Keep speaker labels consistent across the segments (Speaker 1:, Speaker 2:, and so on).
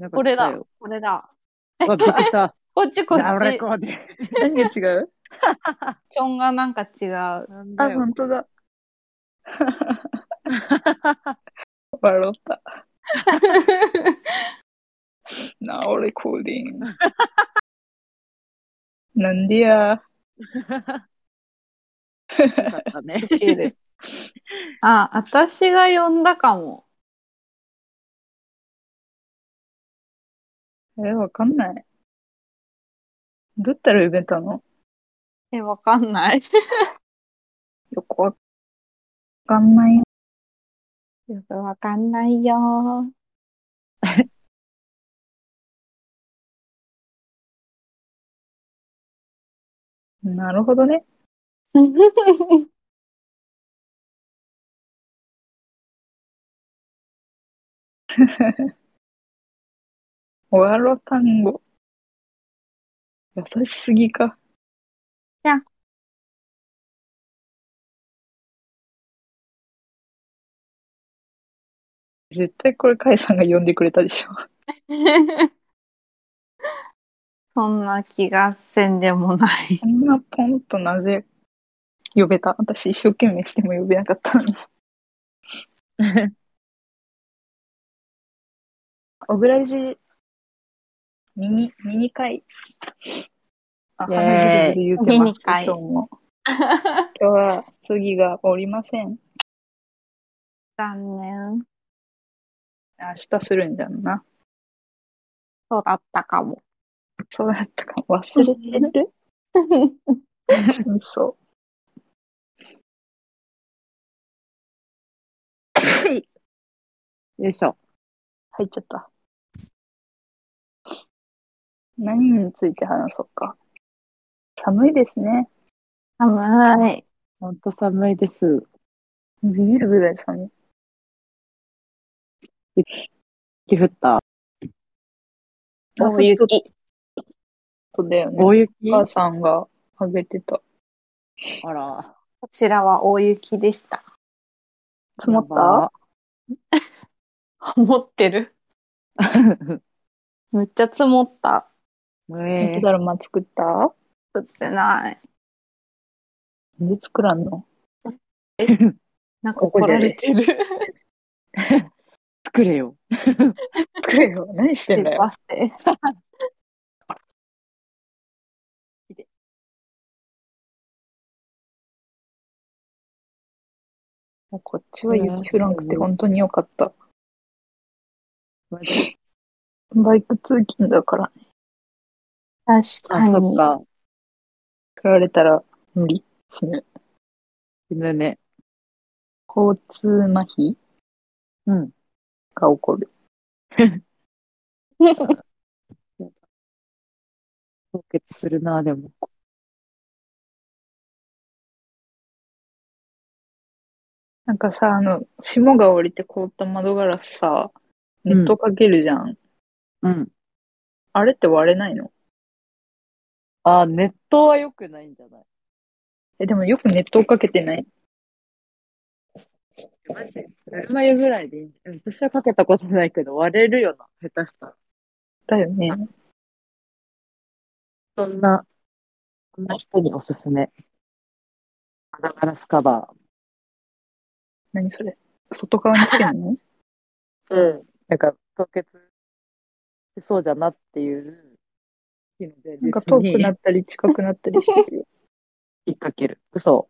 Speaker 1: なんか
Speaker 2: これ
Speaker 1: 来た
Speaker 2: だ
Speaker 1: よ。
Speaker 2: これだ。
Speaker 1: あ、びっく りした。
Speaker 2: こっちこっ
Speaker 1: ラブレ
Speaker 2: ち。
Speaker 1: コーディング何が違う
Speaker 2: ちょんがなんか違う。
Speaker 1: なん
Speaker 3: あ、
Speaker 1: だよ
Speaker 3: 本当だ。 笑 った。なおレコーディング。なんでや。
Speaker 1: よかった ね。
Speaker 2: いい ですあ、私が呼んだかも。
Speaker 3: え、わかんない。どうやったら呼べたの
Speaker 2: え、わかんない。
Speaker 3: よくわかんないよ。
Speaker 2: よくわかんないよ。
Speaker 3: なるほどね。わろたんご。優しすぎか。絶対これ、カイさんが呼んでくれたでしょ。
Speaker 2: そんな気がせんでもない。
Speaker 3: こんなポンとなぜ呼べた私一生懸命しても呼べなかったのに。オブラジミニ、ミニ会。あ、
Speaker 1: イエーイ
Speaker 3: 鼻じりじり言ってます。
Speaker 2: ミニ会
Speaker 3: 今日も。今日は杉がおりません。
Speaker 2: 残念。
Speaker 3: 明日するんじゃんな。
Speaker 2: そうだったかも。
Speaker 3: そうだったか。忘れてる嘘。
Speaker 1: よいしょ。
Speaker 3: 入っちゃった。何について話そうか。寒いですね。
Speaker 2: 寒い。
Speaker 1: ほんと寒いです。
Speaker 3: ビビるぐらい寒い。
Speaker 1: 雪降った。
Speaker 3: あ
Speaker 2: 大雪。
Speaker 3: そうだよね。
Speaker 1: 大雪
Speaker 3: お母さんがあげてた。
Speaker 1: あら。
Speaker 2: こちらは大雪でした。
Speaker 3: 積もっ
Speaker 1: やば
Speaker 3: た
Speaker 2: 思って る。めっちゃ積もった。
Speaker 3: 雪
Speaker 1: ねえ
Speaker 3: だるま作った
Speaker 2: 降ってない。
Speaker 3: なんで作らんの
Speaker 2: なんか怒られてる。
Speaker 1: 作れよ。
Speaker 3: 作れよ。何してんだよ。
Speaker 2: バスで
Speaker 3: こっちは雪降らんくて本当によかった。バイク通勤だからね。
Speaker 2: 確
Speaker 1: あ、
Speaker 2: かに。
Speaker 1: そっか。
Speaker 3: 振られたら無理。死ぬ。
Speaker 1: 死ぬね。
Speaker 3: 交通麻痺
Speaker 1: うん。
Speaker 3: が起こる。
Speaker 1: 凍結するな、でも。
Speaker 3: なんかさ、あの、霜が降りて凍った窓ガラスさ、ネットかけるじゃん。
Speaker 1: うん。
Speaker 3: あれって割れないの
Speaker 1: あ、ネットは良くないんじゃない
Speaker 3: え、でもよくネットをかけてない。
Speaker 1: マジで。ぬるま湯ぐらいでいいんじゃない私はかけたことないけど、割れるよな、下手したら。
Speaker 3: だよね。
Speaker 1: そんな、こんな人におすすめ。窓ガラスカバ
Speaker 3: 何それ。外側につけ るの
Speaker 1: ー。うん。なんか、凍結しそうじゃなっていう、日の出
Speaker 3: なんか遠くな
Speaker 1: っ
Speaker 3: ったり近くなったりしてる よ。
Speaker 1: 引っ掛ける。嘘。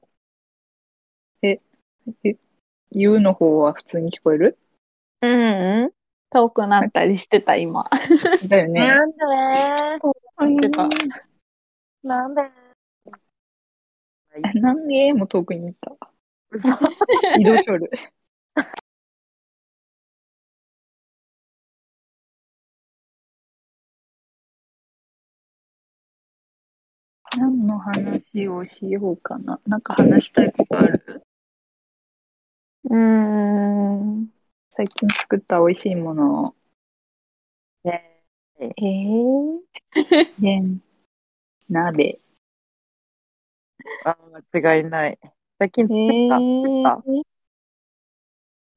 Speaker 3: え、U の方は普通に聞こえる
Speaker 2: うんうん。遠くなったりしてた、今。
Speaker 3: だよね。
Speaker 1: んでな
Speaker 2: なんでか
Speaker 1: んで
Speaker 3: なんでも遠くに行っ
Speaker 1: 嘘。
Speaker 3: た。移動しょる。何の話をしようかな。なんか話したいことある
Speaker 2: うーん。
Speaker 3: 最近作った美味しいものを。
Speaker 2: えー、
Speaker 3: で鍋。
Speaker 1: あ、間違いない。最近
Speaker 2: え
Speaker 1: 作った。作っ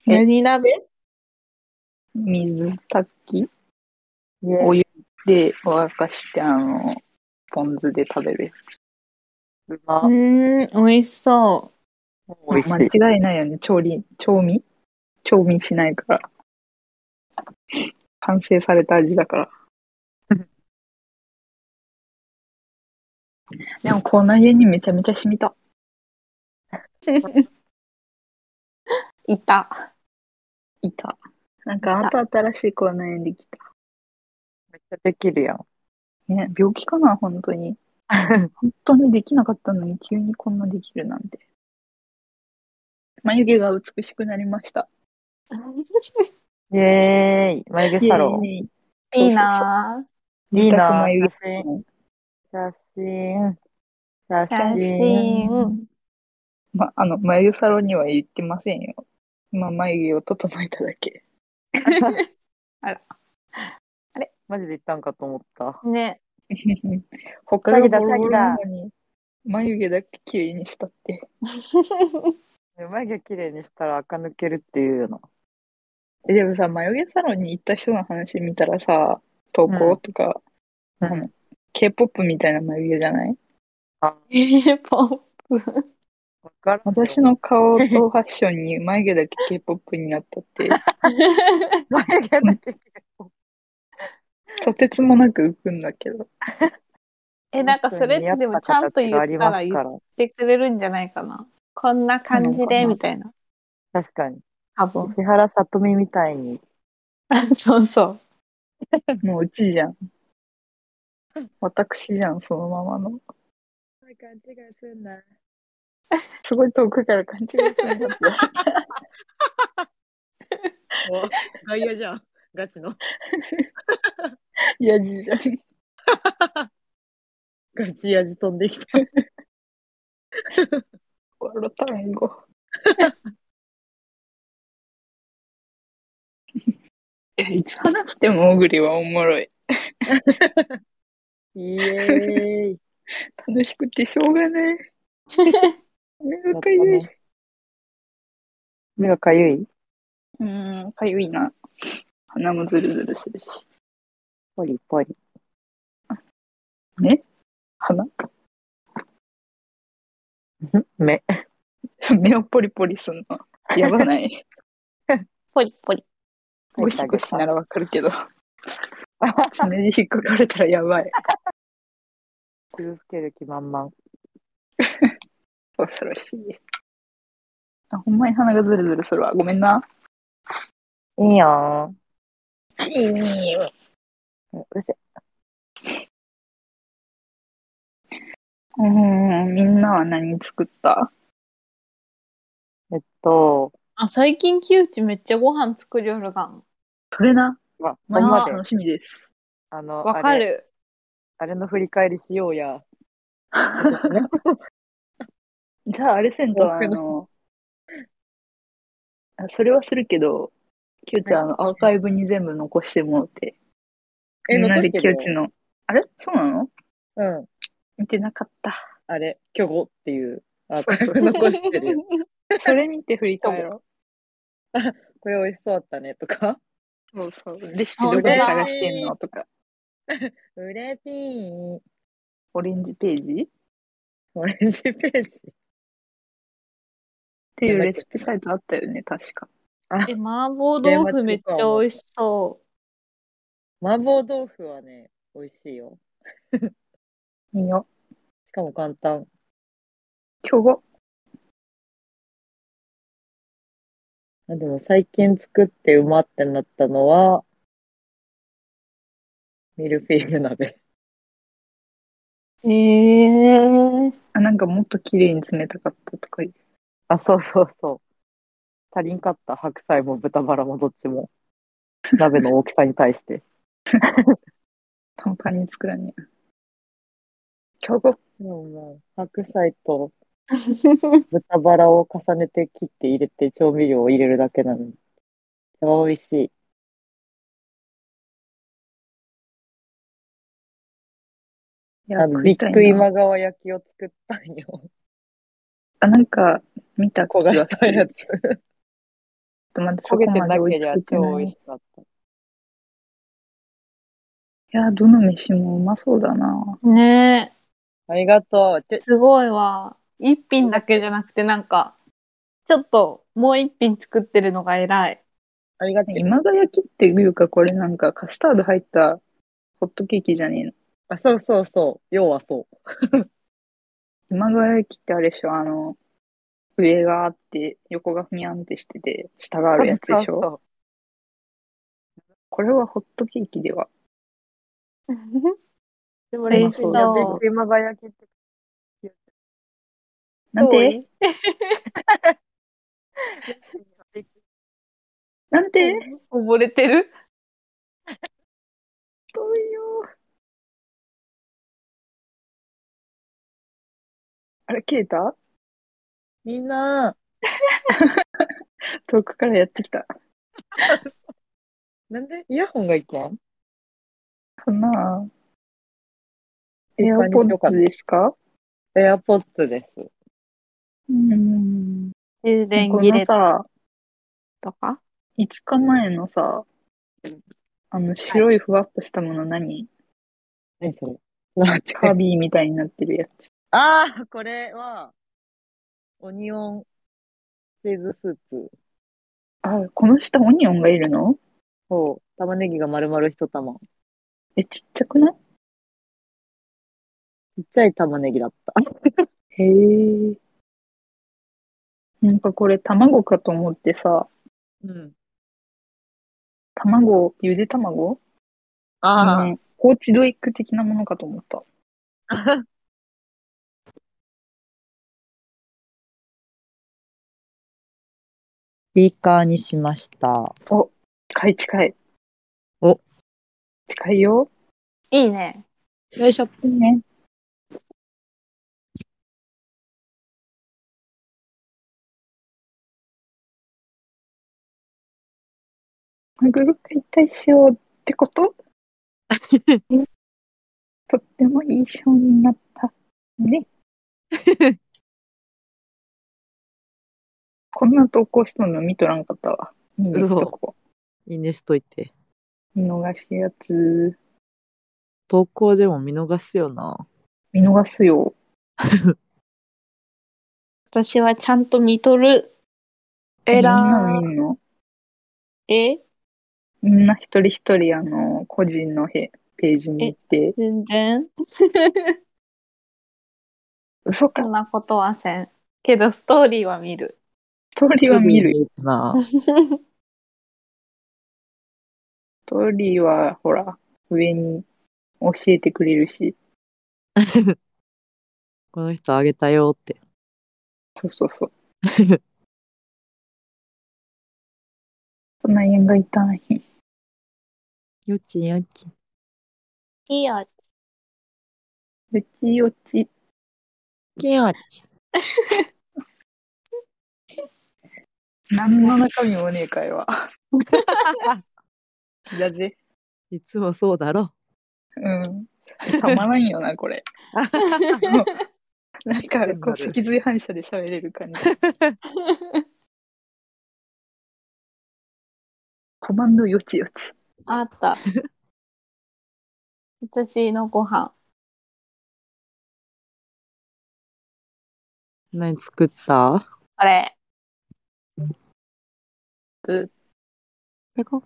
Speaker 1: た
Speaker 2: ー、
Speaker 3: え
Speaker 2: 何鍋
Speaker 3: 水炊き
Speaker 1: ね
Speaker 3: お湯でお沸かして、あの、ポン酢で食べるや
Speaker 1: う
Speaker 2: う
Speaker 1: ま、
Speaker 2: ん、美味しそ
Speaker 1: 美味し
Speaker 3: つ。
Speaker 1: い。
Speaker 3: 間違いないよね。調理、調味調味しないから。完成された味だ から
Speaker 1: うん。
Speaker 3: でも、この家にめちゃめちゃ染みた。
Speaker 2: う。いた。
Speaker 3: いた。なんか、あと新しいこの家できた。
Speaker 1: めっちゃできるやん。
Speaker 3: ね、病気かな、本 当に。本当にできなかったのに急にこんなできるなんて。眉毛が美しくなりました。
Speaker 1: イエーイ。眉毛サロン。
Speaker 3: イエーイ
Speaker 2: いいな
Speaker 1: イエーイ
Speaker 3: 自宅眉毛
Speaker 1: いいな写真。写
Speaker 2: 写
Speaker 1: 真。
Speaker 2: 真。
Speaker 3: ま、あの、眉毛サロンには行ってませんよ。今、眉毛を整えただけ。
Speaker 1: マジで行ったんかと思った。
Speaker 2: ね。
Speaker 3: 他がボロ
Speaker 1: 詐欺
Speaker 3: ボロ
Speaker 1: だ
Speaker 3: なのに、眉毛だけ綺麗にしたって。
Speaker 1: 眉毛綺麗にしたら垢抜けるっていうの。
Speaker 3: えでもさ、眉毛サロンに行った人の話見たらさ、投
Speaker 1: う
Speaker 3: 稿
Speaker 1: ん
Speaker 3: とか、
Speaker 1: うん
Speaker 3: あの K-POP みたいな眉毛じゃない
Speaker 2: ポン
Speaker 1: わからんよ
Speaker 3: 私。の顔とファッションに眉毛だけ K-POP になっ たって、
Speaker 1: 眉毛だけ綺
Speaker 3: とてつもなく浮くんだけど。
Speaker 2: え、
Speaker 1: 麗。
Speaker 2: なんかそれってでもちゃんと言ったら言っ
Speaker 1: う。
Speaker 2: てくれるんじゃないかな。こんな感じで、
Speaker 3: うん
Speaker 2: みたいな。
Speaker 1: 確かに。
Speaker 2: 多分。
Speaker 1: 石原さとみみたいに。
Speaker 2: そうそう。
Speaker 3: もううちじゃん。私じゃん、そのままの。
Speaker 1: 勘違いすんな。
Speaker 3: すごい遠くから勘違いするん だって。
Speaker 1: 外野じゃん。ガチの。
Speaker 3: やじじゃん。
Speaker 1: ガチやじ飛んできた。
Speaker 3: ワロタンゴ。 いや、いつ話してもオグリはおもろい。
Speaker 1: イエーイ。
Speaker 3: 楽しくてしょうが ない。目がか
Speaker 1: や
Speaker 3: ゆ
Speaker 1: った。
Speaker 3: い
Speaker 1: ね目がかゆい
Speaker 3: うーん、かゆいな。鼻もズルズルするし。
Speaker 1: ポリポリ。
Speaker 3: 鼻
Speaker 1: 目。
Speaker 3: 目をポリポリすんの。やば ない。
Speaker 2: ポリポリ。
Speaker 3: おしくしならわかるけど。爪で引っかかれたらやばい。
Speaker 1: 傷つける気満々。
Speaker 3: 恐ろしい。あ、ほんまに鼻がズルズルするわ。ごめんな。
Speaker 1: いいよ
Speaker 3: チーム。
Speaker 1: ーん。うるせ
Speaker 3: うーん、みんなは何作った
Speaker 1: えっと、
Speaker 2: あ、最近キウチめっちゃご飯作りよるがん。
Speaker 3: それな。
Speaker 1: ま、
Speaker 3: 毎
Speaker 1: 今ま
Speaker 3: 日
Speaker 1: で、
Speaker 3: 楽しみです。
Speaker 1: あの、
Speaker 2: わか
Speaker 1: あれ。
Speaker 2: る。
Speaker 1: あれの振り返りしようや。
Speaker 3: じゃあ、あれせんと、あの、あそれはするけど、キューちゃん、あの、アーカイブに全部残してもらって。
Speaker 1: え
Speaker 3: みんなで
Speaker 1: 残してる
Speaker 3: キューチの。あれそうなの
Speaker 1: うん。
Speaker 3: 見てなかった。
Speaker 1: あれ、虚語っていうアーカイブ残してるよ。
Speaker 3: それ見て振り返ろ
Speaker 1: これ美味しそうだったねとか。
Speaker 3: う。そうそう。レシピどこで探してんのとか。
Speaker 1: うれぴーん。
Speaker 3: オレンジページっ
Speaker 1: オレンジページ。
Speaker 3: ていうレシピサイトあったよね、確か。
Speaker 2: え、麻婆豆腐めっちゃ美味しそ
Speaker 1: 麻婆豆腐はね、美味しいよ。
Speaker 3: 見よ
Speaker 1: しかも簡単。
Speaker 3: う。今日は
Speaker 1: あでも最近作ってうまってなったのは、ミルフィーユ鍋。
Speaker 2: う。ええー。
Speaker 3: あ、なんかもっと綺麗に冷たかったとか言う。
Speaker 1: あ、そうそうそう。足りんかった。白菜も豚バラもどっちも。鍋の大きさに対して。
Speaker 3: パンパンに作らねえ。今日
Speaker 1: でももう白菜と豚バラを重ねて切って入れて調味料を入れるだけなのに。めっちゃ美味しい。
Speaker 3: や
Speaker 1: あの、
Speaker 3: 食
Speaker 1: ビ
Speaker 3: いたい
Speaker 1: ッ
Speaker 3: な
Speaker 1: グ今川焼きを作ったんよ。
Speaker 3: あ、なんか見た
Speaker 1: 焦がしたや
Speaker 3: つ。ち
Speaker 1: つ。
Speaker 3: ょっと待って、そ
Speaker 1: 焦げ
Speaker 3: こ
Speaker 1: て
Speaker 3: まで
Speaker 1: な
Speaker 3: 追
Speaker 1: け
Speaker 3: い
Speaker 1: り
Speaker 3: つ
Speaker 1: ゃ
Speaker 3: けて
Speaker 1: 超
Speaker 3: な
Speaker 1: 美味
Speaker 3: い。
Speaker 1: しかった。
Speaker 3: や、どの飯もうまそうだな。
Speaker 2: ね
Speaker 1: ありがとう。ちょ
Speaker 2: え、すごいわ。一品だけじゃなくて、なんか、ちょっともう一品作ってるのが偉 い。
Speaker 1: ありがとう。
Speaker 3: 今が焼きっていうか、これなんかカスタード入ったホットケーキじゃねえの。
Speaker 1: あ、そうそうそう。要はそう。
Speaker 3: 今川焼きってあれでしょ、あの、上があって、横がふにゃんってしてて、下があるやつでし
Speaker 1: そう
Speaker 3: ょ。
Speaker 1: そう
Speaker 3: これはホットケーキでは。
Speaker 1: でも
Speaker 3: 美
Speaker 1: ね、
Speaker 3: 味しそう
Speaker 1: やべっち今が焼きって。
Speaker 3: なんてなんて
Speaker 2: 遠い溺れてる
Speaker 3: 遠いよ。あれ、切れた
Speaker 1: みんな、
Speaker 3: 遠くからやってきた。
Speaker 1: なんでイヤホンがいけん
Speaker 3: かな
Speaker 1: 一
Speaker 3: エア
Speaker 1: 般に
Speaker 3: ポ
Speaker 1: しようか
Speaker 3: ッ
Speaker 1: な
Speaker 3: ドですか
Speaker 1: エアポッツです。
Speaker 3: うん。
Speaker 2: 充電
Speaker 3: こ
Speaker 2: 切
Speaker 3: の
Speaker 2: れ
Speaker 3: さ、
Speaker 2: とか
Speaker 3: 5日前のさ
Speaker 1: うん、
Speaker 3: あの、白いふわっとしたもの何
Speaker 1: 何それなんて
Speaker 3: カービィみたいになってるやつ。
Speaker 1: ああ、これは、オニオンチーズスープ。
Speaker 3: あ、この下オニオンがいるの
Speaker 1: そう。玉ねぎが丸々一玉。
Speaker 3: え、ちっちゃくない
Speaker 1: ちっちゃい玉ねぎだった。
Speaker 3: へえ。なんかこれ卵かと思ってさ、
Speaker 1: うん。
Speaker 3: 卵、ゆで卵
Speaker 1: あ
Speaker 3: のポーチドエッグ的なものかと思った。
Speaker 1: あ。スピーカーにしました。
Speaker 3: 近い近い。
Speaker 1: お。
Speaker 3: 近いよ。
Speaker 2: いいね。
Speaker 1: よいしょ。
Speaker 3: いいね。マグロ解体しようってこと とってもいいショーになった。 ね。こんな投稿したの見とらんかったわ。いいね、
Speaker 1: 嘘
Speaker 3: しとこ
Speaker 1: いいねしといて。
Speaker 3: う見逃しやつ。
Speaker 1: 投稿でも見逃すよな。
Speaker 3: 見逃すよ。
Speaker 2: 私はちゃんと見とる。
Speaker 3: み
Speaker 2: え
Speaker 3: ん
Speaker 2: ら
Speaker 3: な見んの
Speaker 2: え
Speaker 3: みんな一人一人、あの、個人のへページに行って、
Speaker 2: 全然。
Speaker 3: 嘘か
Speaker 2: そん、なことはせん。けど、ストーリーは見る。
Speaker 3: ストーリーは見るよ。
Speaker 1: な。
Speaker 3: ストーリーは、ほら、上に教えてくれるし、
Speaker 1: この人あげたよって。
Speaker 3: そうそうそう。 そんな縁が痛い。
Speaker 1: よちよち。
Speaker 2: いいよ。
Speaker 3: うちよち。
Speaker 1: きよち。
Speaker 3: 何の中身もねえ会 話。だぜ。
Speaker 1: いつもそうだろ。
Speaker 3: うん。たまらんよな、これ。なんか、こう、脊髄反射で喋れる感じ。コマンドよちよち。
Speaker 2: あった。 私のご飯。
Speaker 1: 何作った
Speaker 2: これ。
Speaker 1: ペコ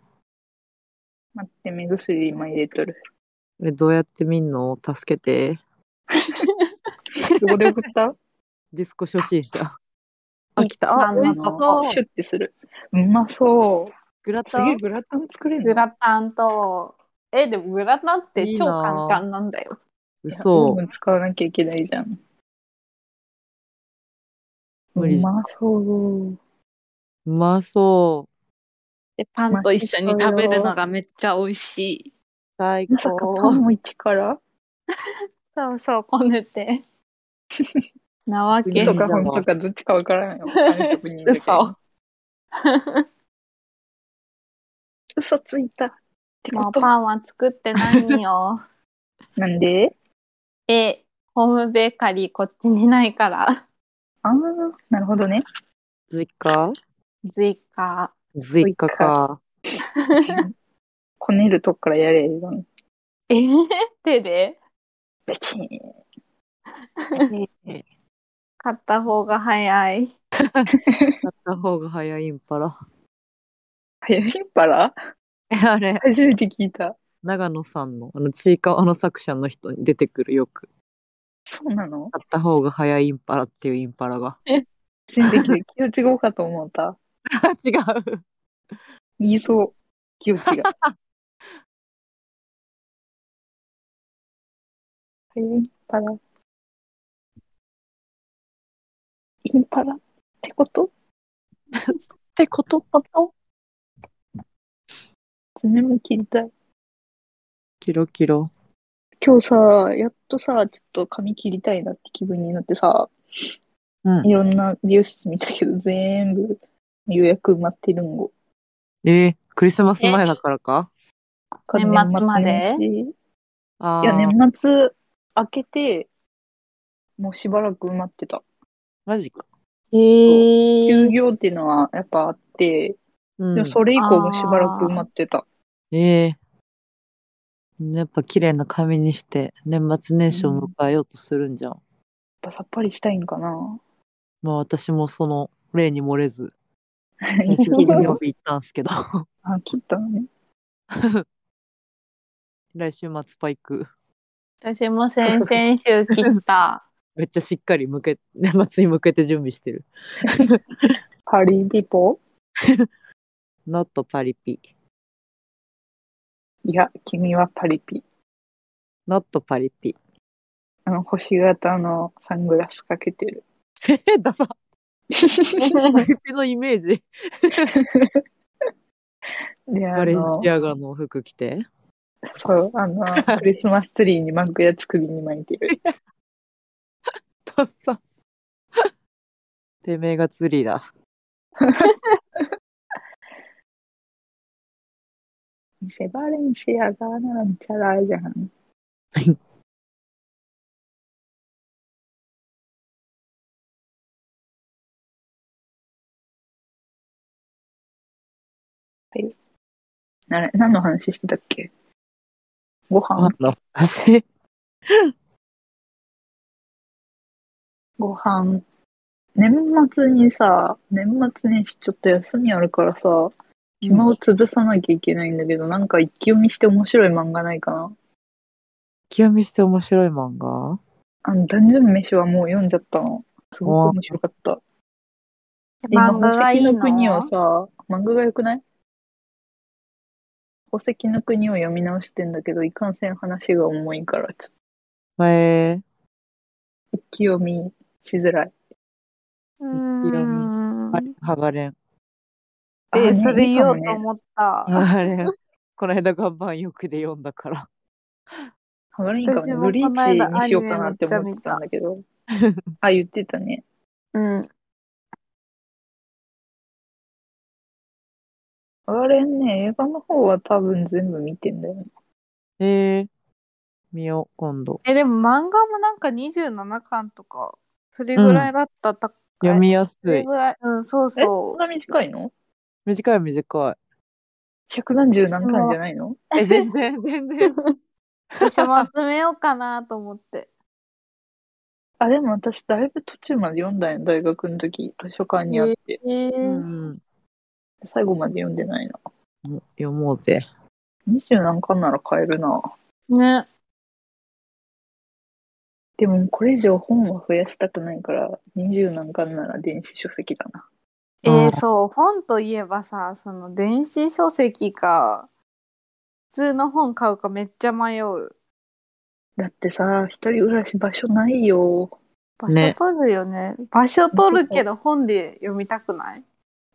Speaker 3: 待って、目薬今入れとる。
Speaker 1: え、どうやって見んの助けて。
Speaker 3: どこで送った
Speaker 1: ディスコ初心 者。あ、
Speaker 2: い
Speaker 1: 来た。あ、
Speaker 2: あの
Speaker 1: 美味
Speaker 2: 美味
Speaker 1: し
Speaker 2: し
Speaker 1: そう
Speaker 3: あ。シュッてする。うまそう。
Speaker 1: グラ
Speaker 3: す
Speaker 1: タ
Speaker 3: げえ
Speaker 1: ン。
Speaker 3: グラタン作れる
Speaker 2: グ
Speaker 3: の
Speaker 2: ラタンと、え、でもグラタンって
Speaker 1: いいな
Speaker 2: 超簡単なんだよ。
Speaker 3: オー
Speaker 1: 嘘
Speaker 3: ブ。ン使わなきゃいけないじゃん。
Speaker 1: 無理
Speaker 3: うまそう。
Speaker 1: うまそう。
Speaker 2: で、パンと一緒に食べるのがめっちゃ美味しい。
Speaker 1: 最
Speaker 3: まさかパン
Speaker 1: 高。
Speaker 3: も一から
Speaker 2: そうそう、こねて。なわけ
Speaker 1: 嘘
Speaker 3: 嘘か本当かどっちかわから んよ。パン職人だけど
Speaker 2: 嘘。
Speaker 3: 嘘ついた。って
Speaker 2: も
Speaker 3: こ
Speaker 2: う
Speaker 3: と
Speaker 2: パンは作ってない よ。
Speaker 3: なんで
Speaker 2: え、ホームベーカリーこっちにないから。
Speaker 3: ああ、なるほ どね。
Speaker 1: 実家
Speaker 2: 追加。
Speaker 1: 実家か。
Speaker 3: こねるとこからやればいいのに
Speaker 2: え手で
Speaker 3: べちん。
Speaker 2: 買った方が早い。
Speaker 1: 買った方が早いんぱら。
Speaker 3: 早いんぱら
Speaker 1: えあれ、
Speaker 3: 初めて聞いた。
Speaker 1: 長野さんの、あの、ちいかわの作者の人に出てくるよく。
Speaker 3: そうなの
Speaker 1: 買った方が早いインパラっていうインパラが。
Speaker 3: 初めて聞いた。気を違うかと思った。
Speaker 1: あ違う。
Speaker 3: 言いそう。気を違う。 早いんぱら。インパラってこと
Speaker 1: ってこと
Speaker 3: こと爪も切りたい。
Speaker 1: キロキロ。
Speaker 3: 今日さ、やっとさ、ちょっと髪切りたいなって気分になってさ、
Speaker 1: うん
Speaker 3: いろんな美容室見たけど、全部予約埋まってるんご。
Speaker 1: えークリスマス前だからか
Speaker 2: 年末まで
Speaker 3: 年
Speaker 1: あ
Speaker 3: 末年始
Speaker 1: あ。
Speaker 3: いや、年末明けて、もうしばらく埋まってた。
Speaker 1: マジか。
Speaker 2: え
Speaker 3: 休
Speaker 2: ー、
Speaker 3: 業っていうのはやっぱあって、
Speaker 1: うん、
Speaker 3: でもそれ以降もしばらく埋まってた。
Speaker 1: ええやっぱ綺麗な髪にして年末年始を迎えようとするんじゃん。
Speaker 3: やっぱさっぱりしたいんかな。
Speaker 1: まあ私もその例に漏れ ず、
Speaker 3: い
Speaker 1: 日
Speaker 3: つ
Speaker 1: 曜日
Speaker 3: も
Speaker 1: 行ったんすけど、
Speaker 3: あ、切ったのね。
Speaker 1: 来週末パイク、
Speaker 2: 私も先々週切った。
Speaker 1: めっちゃしっかり向け、 年末に向けて準備してる。
Speaker 3: パリピポ
Speaker 1: ノットパリピ、
Speaker 3: いや、君はパリピ。
Speaker 1: ノットパリピ。
Speaker 3: あの、星型のサングラスかけてる。
Speaker 1: え、ダサ、パリピのイメージ。
Speaker 3: で、あ
Speaker 1: バレン
Speaker 3: の
Speaker 1: シ、アガの服着て。
Speaker 3: そう、あの、クリスマスツリーに巻くやつ首に巻いてる。
Speaker 1: ダサ。てめえが釣りだ。
Speaker 3: セバレンシアがなんちゃらじゃん。はい。なれ、何の話してたっけご
Speaker 1: あ
Speaker 3: 飯、
Speaker 1: の話。
Speaker 3: ご飯。年末にさ、年末年始ちょっと休みあるからさ、暇を潰さなきゃいけないんだけど、なんか一気読みして面白い漫画ないかな
Speaker 1: 極めして面白い漫画
Speaker 3: あの、ダンジョン飯はもう読んじゃったの。すごく面白かった。今
Speaker 2: 漫画がいいの
Speaker 3: 宝石の国をさ、漫画が良くない宝石の国を読み直してんだけど、いかんせん話が重いから、ちょっ
Speaker 1: え
Speaker 3: と一気読みしづらい。
Speaker 2: うー
Speaker 1: いろ
Speaker 2: ん
Speaker 1: ー、あれハガレン。
Speaker 2: え
Speaker 3: あね
Speaker 2: それ
Speaker 3: いい
Speaker 2: 言
Speaker 3: か
Speaker 2: おう
Speaker 3: もね
Speaker 2: と思った。
Speaker 1: ハガレン。この間岩盤浴で読んだから。
Speaker 3: ハガリンカはね、
Speaker 2: 私も
Speaker 3: ブリー
Speaker 2: この間
Speaker 3: チにしようかなって思ってたんだけど。あ、言ってたね。
Speaker 2: うん。
Speaker 3: ハガレンね、映画の方は多分全部見てんだよね。
Speaker 1: えー、見よう、今度。
Speaker 2: え、でも漫画もなんか27巻とか、それぐらいだった。た
Speaker 1: 読みやす
Speaker 2: それ
Speaker 1: い。
Speaker 2: ぐらい、うん、そう
Speaker 3: え、そ
Speaker 2: そ
Speaker 3: んな短いの
Speaker 1: 短い短い。
Speaker 3: 百何十何巻じゃないの
Speaker 1: え、全然、全然。
Speaker 2: う。私も集めようかなと思って。
Speaker 3: あ、でも私、だいぶ途中まで読んだよ、大学の時、図書館にあって。
Speaker 2: えー
Speaker 1: うん。
Speaker 3: 最後まで読んでないな。
Speaker 1: 読もうぜ。
Speaker 3: 二十何巻なら買えるな。
Speaker 2: ね。
Speaker 3: でも、これ以上本は増やしたくないから、二十何巻なら電子書籍だな。
Speaker 2: え
Speaker 1: あ
Speaker 2: ー
Speaker 1: ー
Speaker 2: そう、本といえばさ、その電子書籍か、普通の本買うかめっちゃ迷う。
Speaker 3: だってさ、一人暮らし場所ないよ。
Speaker 2: 場所
Speaker 1: ね
Speaker 2: 取るよね。場所取るけど本で読みたくない
Speaker 3: い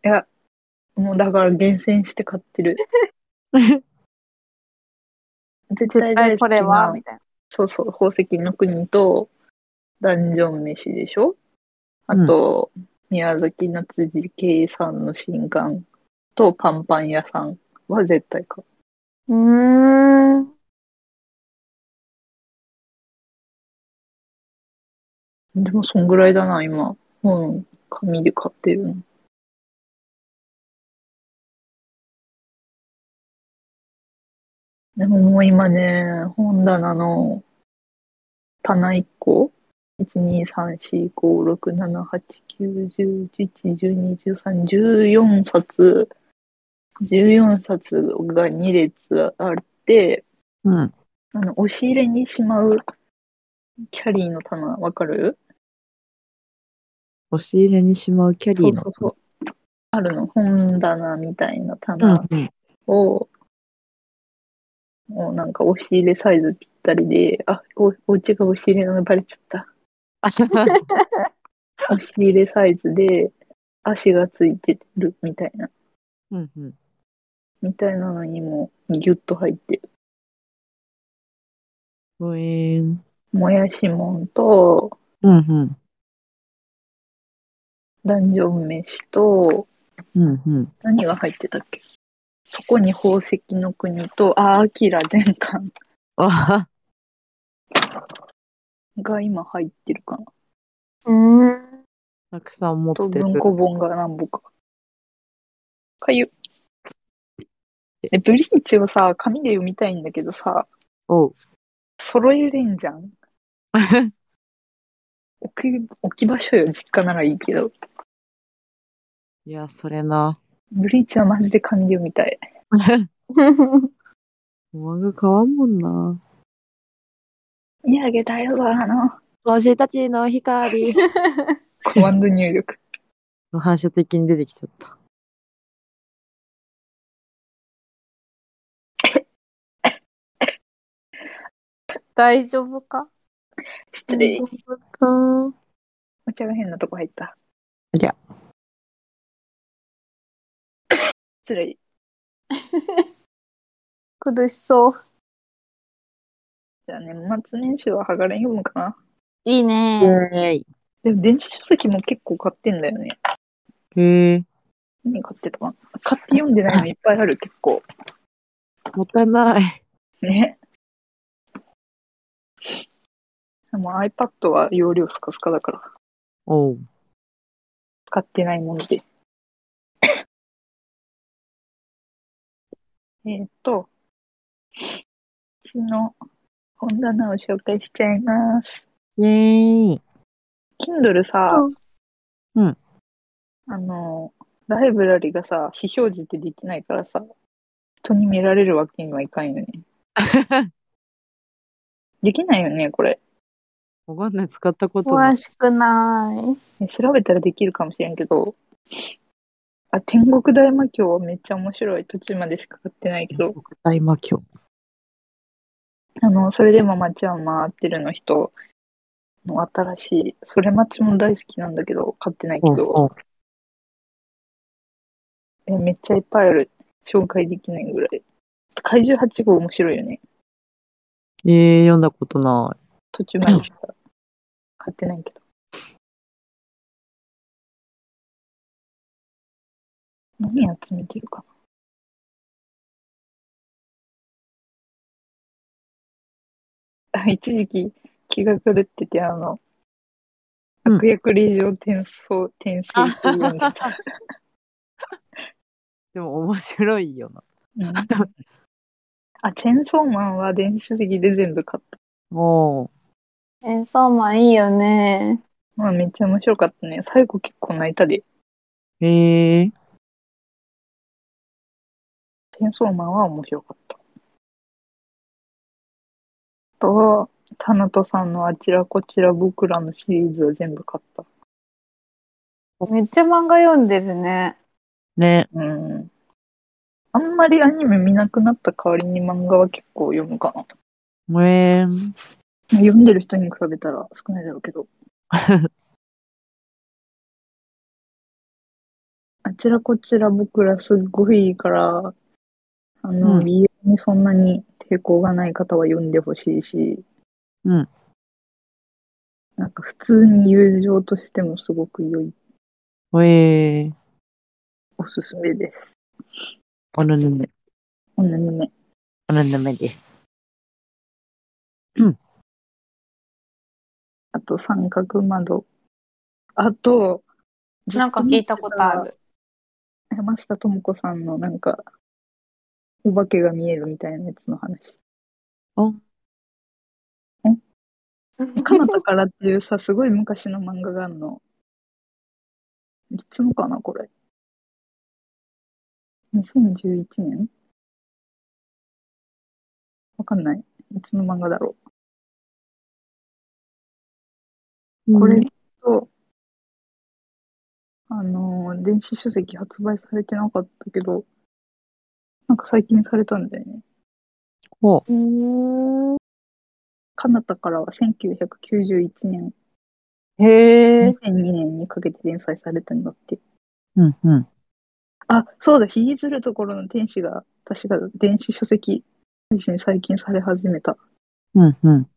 Speaker 3: や、もうだから厳選して買ってる。絶対
Speaker 2: 絶
Speaker 3: 大
Speaker 2: 対
Speaker 3: 好き
Speaker 2: これは、
Speaker 3: な
Speaker 2: みたいな。
Speaker 3: そうそう、宝石の国と、ダンジョン飯でしょあと、宮崎夏次圭さんの新刊と、パンパン屋さんは絶対か。
Speaker 2: うーん。
Speaker 3: でも、そんぐらいだな、今。うん、紙で買ってるの。でももう今ね、本棚の棚1個、1,2,3,4,5,6,7,8,9,10,11,12,13,14冊、14冊が2列あって、
Speaker 1: うん。
Speaker 3: あの、押し入れにしまうキャリーの棚、わかる
Speaker 1: 押し入れにしまうキャリーの。
Speaker 3: そうそうそうあるの、本棚みたいな棚。
Speaker 1: うんうん。
Speaker 3: を、もうなんか押し入れサイズぴったりで、あ、おお家が押し入れなのバレち ゃった。押し入れサイズで、足がついてるみたいな、
Speaker 1: うん うん。
Speaker 3: みたいなのにもギュッと入ってる。
Speaker 1: ほえーん。
Speaker 3: もやしもんと、
Speaker 1: うんうん。
Speaker 3: ダンジョン飯と、
Speaker 1: うんうん。
Speaker 3: 何が入ってたっけそこに宝石の国と、あ、アキラ全巻
Speaker 1: あは
Speaker 3: が今入ってるかな。
Speaker 2: うん。
Speaker 1: たくさん持
Speaker 3: と
Speaker 1: ってる
Speaker 3: 文。庫本が何本か。かゆ。え、ブリーチをさ、紙で読みたいんだけどさ、
Speaker 1: おう。
Speaker 3: 揃えれんじゃん置き置き場所よ、実家ならいいけど。
Speaker 1: いや、それな。
Speaker 3: ブリーチはマジで紙で読みたい。
Speaker 1: お前が変わんもんな。
Speaker 3: 見上げたよ、空の。
Speaker 1: 星たちの光。
Speaker 3: コマンド入 力。
Speaker 1: 反射的に出てきちゃった。
Speaker 2: 大丈夫か
Speaker 3: 失礼。
Speaker 1: うん。
Speaker 3: お茶が変なとこ入った。
Speaker 1: いや。
Speaker 3: 失礼。
Speaker 2: 苦しそう。
Speaker 3: じゃあ年末年始はハガレン読むかな。
Speaker 2: いいね。
Speaker 1: えい。
Speaker 3: でも電子書籍も結構買ってんだよね。
Speaker 1: へえ。
Speaker 3: 何買ってたかな買って読んでないのいっぱいある、結構。
Speaker 1: もったいない。
Speaker 3: ね。でも iPad は容量スカスカだから、
Speaker 1: おう。
Speaker 3: 使ってないもので。 えーっと、うちの本棚を紹介しちゃいます。
Speaker 1: イェーイ。
Speaker 3: Kindle さ、
Speaker 1: うんうん
Speaker 3: あの、ライブラリがさ、非表示ってできないからさ、人に見られるわけにはいかんよ ね。できないよね、これ。
Speaker 1: わかんない。使ったことない。
Speaker 2: 詳しくない。
Speaker 3: ね調べたらできるかもしれんけど、あ、天国大魔教はめっちゃ面白い。途中までしか買ってないけど、
Speaker 1: 大魔教。
Speaker 3: あの、それでも街は回ってるの人の新しい、それ街も大好きなんだけど、買ってないけど、
Speaker 1: う
Speaker 3: えめっちゃいっぱいある。紹介できないぐらい。怪獣8号面白いよね。
Speaker 1: ん。ええ、読んだことな
Speaker 3: 途中までしか買ってないけど。何集めてるかな。あ一時期気が狂ってて、あの、
Speaker 1: うん
Speaker 3: 悪役令嬢転送、転生っていうのがさ、
Speaker 1: い。でも面白いよな。
Speaker 3: うんあ、チェンソーマンは電子書籍で全部買った。
Speaker 1: おう。
Speaker 2: 演奏マンいいよね。
Speaker 3: まあめっちゃ面白かったね。最後結構泣いたで。
Speaker 1: へえ。
Speaker 3: チェンソーマンは面白かった。あとは、タナトさんのあちらこちら僕らのシリーズは全部買った。
Speaker 2: めっちゃ漫画読んでるね。
Speaker 1: ね。
Speaker 3: うん。あんまりアニメ見なくなった代わりに漫画は結構読むかな。
Speaker 1: ええ。
Speaker 3: 読んでる人に比べたら少ないだろうけ ど。あちらこちら僕らすっごいいいから、あ
Speaker 1: う
Speaker 3: の、
Speaker 1: ん
Speaker 3: 理由にそんなに抵抗がない方は読んでほしいし、
Speaker 1: うん。
Speaker 3: なんか普通に友情としてもすごく良い
Speaker 1: ええ。
Speaker 3: おすすめです。
Speaker 1: おぬぬめ。
Speaker 3: こんなにね。
Speaker 1: おぬぬめです。
Speaker 3: あと三角窓。あと、
Speaker 2: なんか聞いたことある。
Speaker 3: 山下智子さんのなんか、お化けが見えるみたいなやつの話。
Speaker 1: あ
Speaker 3: かなたからっていうさ、すごい昔の漫画があるの。いつのかな、これ。2011年わかんない。いつの漫画だろう。これと、あのー、電子書籍発売されてなかったけど、なんか最近されたんだよね。
Speaker 1: ほ
Speaker 2: うん。
Speaker 3: かなたからは1991年、
Speaker 2: へえ。
Speaker 3: 2002年にかけて連載されたんだって。
Speaker 1: う。うんうん。
Speaker 3: あ、そうだ、ひいずるところの天使が、確か電子書籍配信最近され始めた。
Speaker 1: うんうん。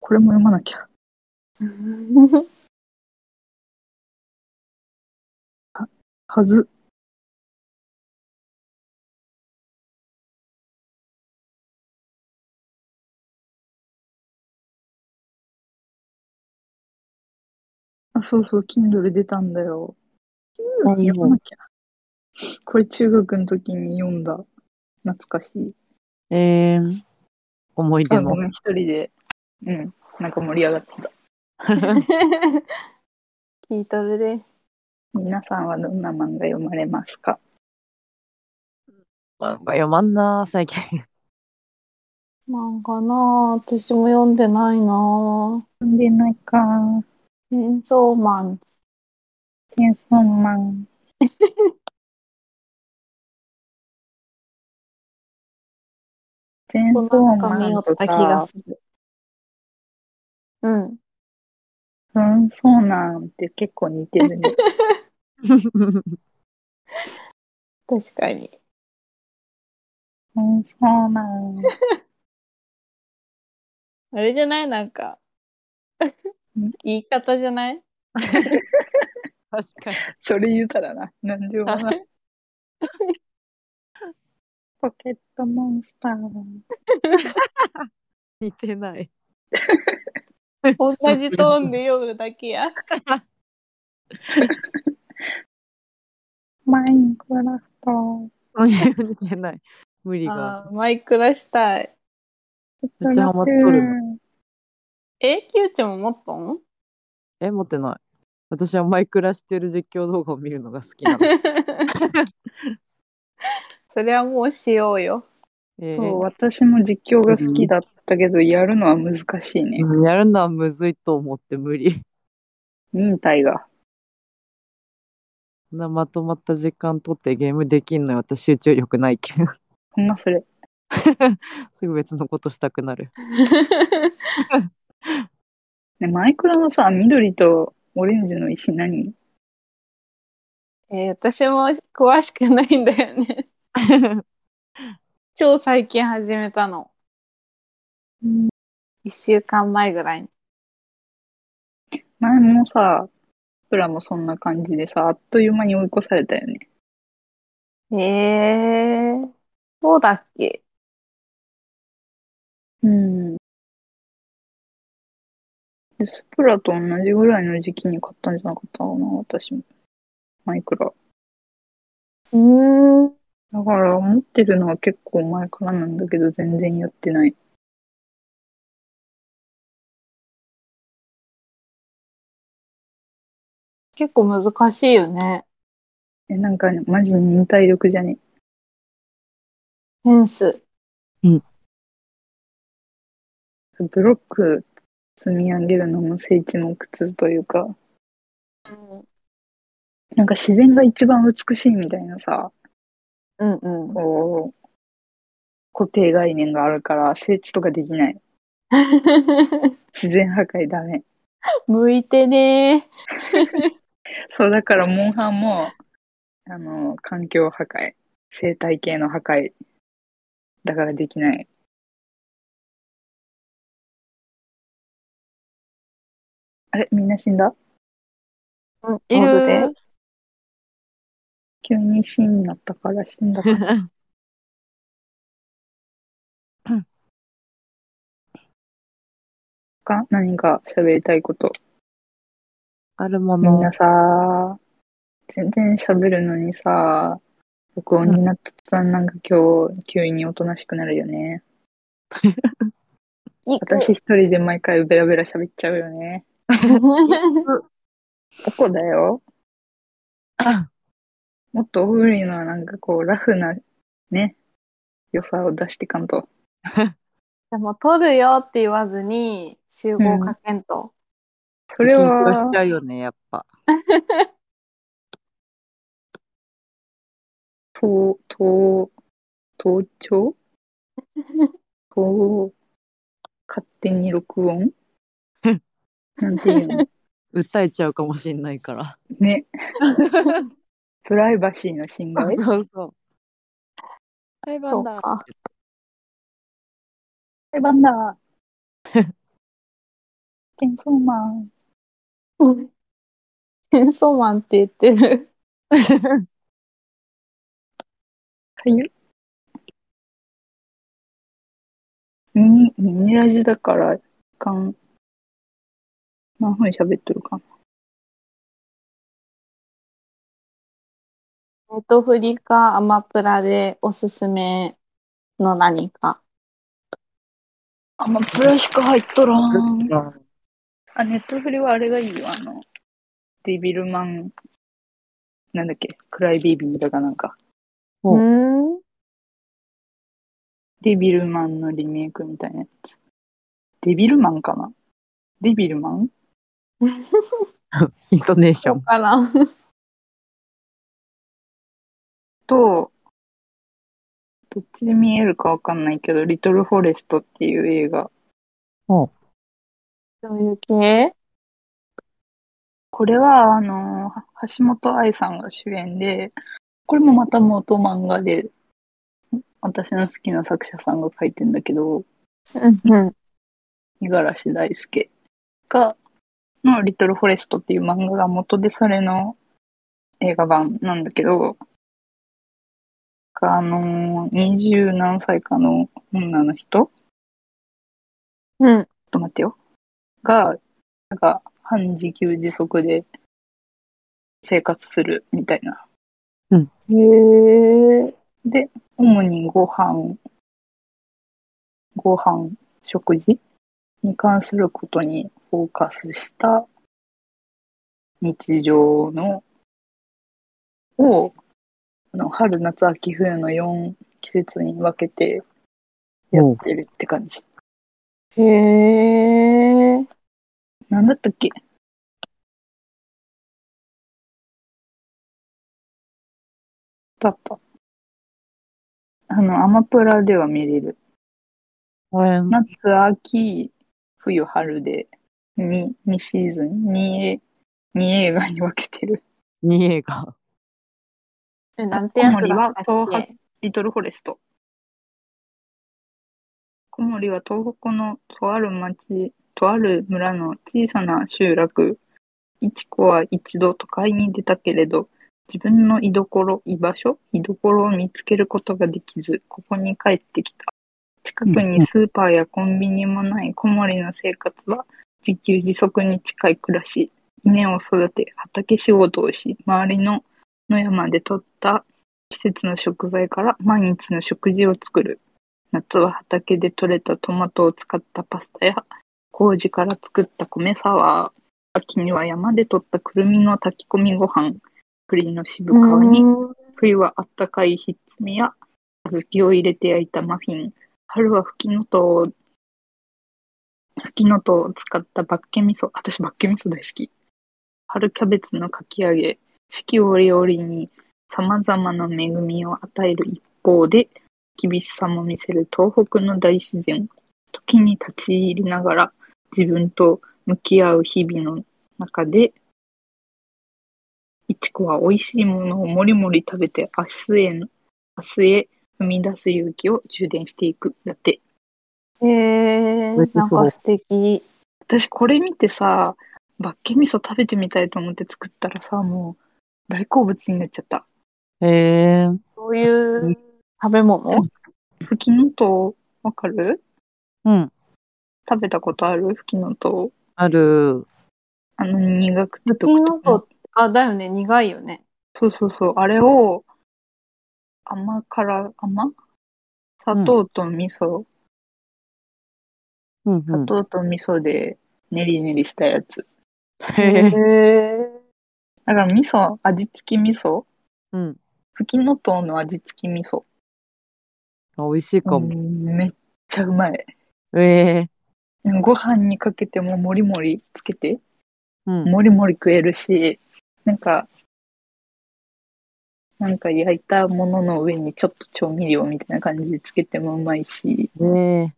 Speaker 3: これも読まなきゃ。はず。あ、そうそう、Kindle 出たんだよ。
Speaker 4: あ
Speaker 3: Kindle 読まなきゃ。これ中学の時に読んだ。懐かしい。
Speaker 1: えー、思い出
Speaker 3: あ、
Speaker 1: の
Speaker 3: ご。めん、一人で。うん、なんか盛り上がってた。
Speaker 2: 聞いとるで。
Speaker 3: 皆さんはどんな漫画読まれますか
Speaker 1: なんか読まんな、最 近。
Speaker 2: なんかなあ私も読んでないなあ
Speaker 3: 読んでないか。
Speaker 2: チェーンソーマン。
Speaker 3: チェンソーマ ン。チェンソ
Speaker 2: な
Speaker 3: ー
Speaker 2: んか見
Speaker 3: マ
Speaker 2: よ
Speaker 3: ン
Speaker 2: っ
Speaker 3: と
Speaker 2: た気が
Speaker 3: さ、
Speaker 2: する。うん。
Speaker 3: うん、そうなんって結構似てるね。
Speaker 2: 確かに。
Speaker 3: うん、そうなん。
Speaker 2: あれじゃないなんか。言い方じゃない
Speaker 1: 確かに。
Speaker 3: それ言うたらな、なんでもない。ポケットモンスター。
Speaker 1: 似て ない。
Speaker 2: 同じトーンで読むだけや。
Speaker 3: マインクラフト。
Speaker 1: 似てない。無理があ
Speaker 2: あーマイクラしたい。
Speaker 1: る。めっちゃハマっとるな。
Speaker 2: え、キューちゃんも持った ん
Speaker 1: え、持ってない。私はマイクラしてる実況動画を見るのが好きな の。
Speaker 2: それはもうしようよ。
Speaker 1: え
Speaker 3: そう、
Speaker 1: ー
Speaker 3: 私も実況が好きだったけど、やるのは難しいね。
Speaker 1: やるのはむずいと思って無理。
Speaker 3: 忍耐が。
Speaker 1: そんなまとまった時間取ってゲームできんのよ。私集中力ないけん。
Speaker 3: ほんまそれ。
Speaker 1: すぐ別のことしたく なる。
Speaker 3: ね、マイクラのさ、緑とオレンジの石何
Speaker 2: えー私も詳しくないんだよね。超最近始めたの。1週間前ぐらいに。
Speaker 3: 前もさ、プラもそんな感じでさ、あっという間に追い越されたよね。
Speaker 2: えー、そうだっけ
Speaker 3: うん。で、スプラと同じぐらいの時期に買ったんじゃなかったかな、私も。マイクラ。
Speaker 2: うーん。
Speaker 3: だから、持ってるのは結構前からなんだけど、全然やってない。
Speaker 2: 結構難しいよね。
Speaker 3: え、なんかね、マジ忍耐力じゃね。
Speaker 2: センス。
Speaker 3: ブロック積み上げるのも聖地も苦痛というか、なんか自然が一番美しいみたいなさ、
Speaker 2: うんうん。
Speaker 3: こう、固定概念があるから、整地とかできない。自然破壊ダメ。
Speaker 2: 向いてね
Speaker 3: そう、だから、モンハンも、あの、環境破壊、生態系の破壊、だからできない。あれみんな死んだ
Speaker 2: ー。
Speaker 1: い
Speaker 2: おで
Speaker 1: る。
Speaker 3: 急に死になったから死んだかな他何か喋りたいこと
Speaker 1: あるも
Speaker 3: みん
Speaker 1: の
Speaker 3: な。さ、全然喋るのにさ、録音になった途端なんか今日急におとなしくなるよね。
Speaker 2: 行く
Speaker 3: 私一人で毎回ベラベラ喋っちゃうよね。どこだよもっとオフリーのなんかこうラフなね、良さを出していかんと。
Speaker 2: でも撮るよって言わずに集合かけんと。
Speaker 3: それ
Speaker 1: 緊張しちゃ
Speaker 3: は、
Speaker 1: うよね、やっぱ。
Speaker 3: とう、とう、盗聴とう、勝手に録音なんていうの
Speaker 1: 訴えちゃうかもしんないから。
Speaker 3: ね。プライバシーの侵害
Speaker 1: そうそう。裁
Speaker 2: そ
Speaker 1: 判
Speaker 2: う
Speaker 1: だ。
Speaker 2: か。
Speaker 3: 裁判だ。チェンソーマン。
Speaker 2: うん チェンソーマンって言ってる。
Speaker 3: かゆ。ミニ、ミニラジだから、かん。何分喋ってるかな。
Speaker 2: ネットフリかアマプラでおすすめの何か。
Speaker 3: あ、まプラしか入っとらん。
Speaker 1: うん
Speaker 3: あ、ネットフリはあれがいいよ。あの、デビルマン、なんだっけ、クライビービーだかなんか。
Speaker 1: ほう
Speaker 2: うん。
Speaker 3: デビルマンのリメイクみたいなやつ。デビルマンかなデビルマン
Speaker 1: イントネーシ
Speaker 2: そ
Speaker 1: ョ
Speaker 2: う
Speaker 1: ン。
Speaker 2: かな。
Speaker 3: と、どっちで見えるかわかんないけど、リトルフォレストっていう映画。
Speaker 2: そういう系
Speaker 3: これは、あの、橋本愛さんが主演で、これもまた元漫画で、私の好きな作者さんが書いてんだけど、
Speaker 2: うんうん。
Speaker 3: 五十嵐大輔が、のリトルフォレストっていう漫画が元でそれの映画版なんだけど、あの、二十何歳かの女の人
Speaker 2: うん。
Speaker 3: ちょっと待ってよ。が、なんか、半自給自足で生活するみたいな。
Speaker 2: へえ。
Speaker 3: で、主にご飯、ご飯、食事に関することにフォーカスした日常の、を、あの春、夏、秋、冬の4季節に分けてやってるって感じ。
Speaker 2: へえ。
Speaker 3: なんだったっけだった。あの、アマプラでは見れる。
Speaker 1: うん
Speaker 3: 夏、秋、冬、春で2、2シーズン、2, 2映画に分けてる。
Speaker 1: に映画。
Speaker 2: えなんてやつだった
Speaker 3: 小
Speaker 2: っ
Speaker 3: 森は東
Speaker 2: け
Speaker 3: リトルフォレスト。小森は東北のとある町、とある村の小さな集落、一子は一度都会に出たけれど、自分の居所、居場所、居所を見つけることができず、ここに帰ってきた。近くにスーパーやコンビニもない小森の生活は、自給自足に近い暮らし、稲を育て、畑仕事をし、周りの野山で採った季節の食材から毎日の食事を作る。夏は畑で採れたトマトを使ったパスタや麹から作った米サワー。秋には山で採ったくるみの炊き込みご飯。栗の渋皮に、冬はあったかいひっつみや小豆を入れて焼いたマフィン。春はふきのとうを、ふきのとうを使ったバッケ味噌。私バッケ味噌大好き。春キャベツのかき揚げ。四季折々に様々な恵みを与える一方で、厳しさも見せる東北の大自然。時に立ち入りながら自分と向き合う日々の中で、いちこは美味しいものをもりもり食べて明日への、明日へ踏み出す勇気を充電していく。だって。
Speaker 2: へえ。
Speaker 1: めっち
Speaker 2: な
Speaker 1: ゃ
Speaker 2: ん
Speaker 1: そう
Speaker 2: か素敵。
Speaker 3: 私これ見てさ、バッケ味噌食べてみたいと思って作ったらさ、もう大好物になっちゃった。
Speaker 1: へえ。
Speaker 2: そういう食べ物
Speaker 3: ふきのとう、わかる
Speaker 1: うん。
Speaker 3: 食べたことあるふきのとう。
Speaker 1: ある。
Speaker 3: あの苦くて
Speaker 2: 茎のと、あ、だよね。苦いよね。
Speaker 3: そうそうそう。あれを、甘辛、甘砂糖と味噌、
Speaker 1: うんう
Speaker 3: 砂
Speaker 1: ん。
Speaker 3: 糖と味噌で練り練りしたやつ。
Speaker 1: へえ。
Speaker 2: え。
Speaker 3: だから味噌、味付き味噌
Speaker 1: うん。
Speaker 3: ふきのとうの味付き味噌。
Speaker 1: あ美味しいか
Speaker 3: う
Speaker 1: も。
Speaker 3: んめっちゃうまい。
Speaker 1: ええ。
Speaker 3: ご飯にかけてももりもりつけて、
Speaker 1: うん。
Speaker 3: もりもり食えるし、なんか、なんか焼いたものの上にちょっと調味料みたいな感じでつけてもうまいし、
Speaker 1: ええ。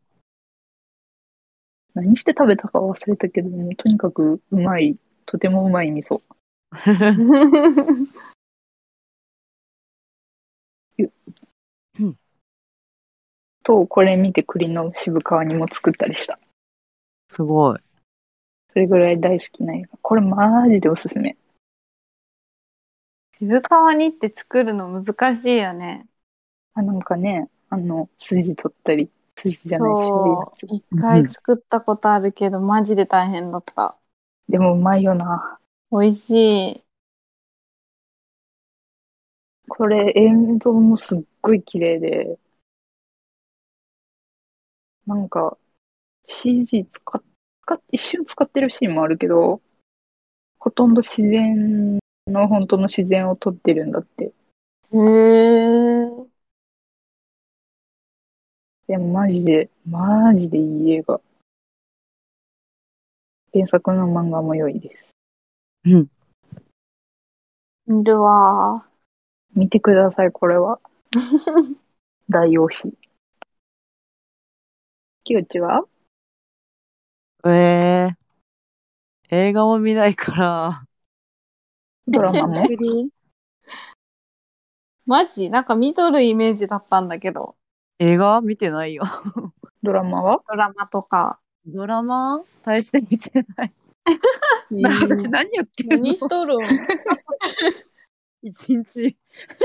Speaker 3: 何して食べたか忘れたけども、とにかくうまい、とてもうまい味噌。 と、これ見て栗の渋皮煮も作ったりした。
Speaker 1: すごい。
Speaker 3: それぐらい大好きな映画。これマジでおすすめ。
Speaker 2: 渋川煮って作るの難しいよね。
Speaker 3: あ、なんかね、あの、筋取ったり、筋じゃないし、
Speaker 2: そう。一回作ったことあるけど、マジで大変だった。
Speaker 3: でもうまいよな。
Speaker 2: 美味しい。
Speaker 3: これ映像もすっごい綺麗で、なんか CG 使っ、使っ、一瞬使ってるシーンもあるけど、ほとんど自然の、本当の自然を撮ってるんだって。
Speaker 2: へえ。
Speaker 3: でもマジで、マジでいい映画。原作の漫画も良いです。
Speaker 2: 見るわ。
Speaker 3: 見てください、これは。大推し。キウチは
Speaker 1: ええ。映画も見ないから。
Speaker 3: ドラ マも
Speaker 2: マジなんか見とるイメージだったんだけど。
Speaker 1: 映画見てないよ。
Speaker 3: ドラマは
Speaker 2: ドラマとか。
Speaker 1: ドラマ大して見てない。 私何やってんの
Speaker 2: 何しとるん
Speaker 1: 一日。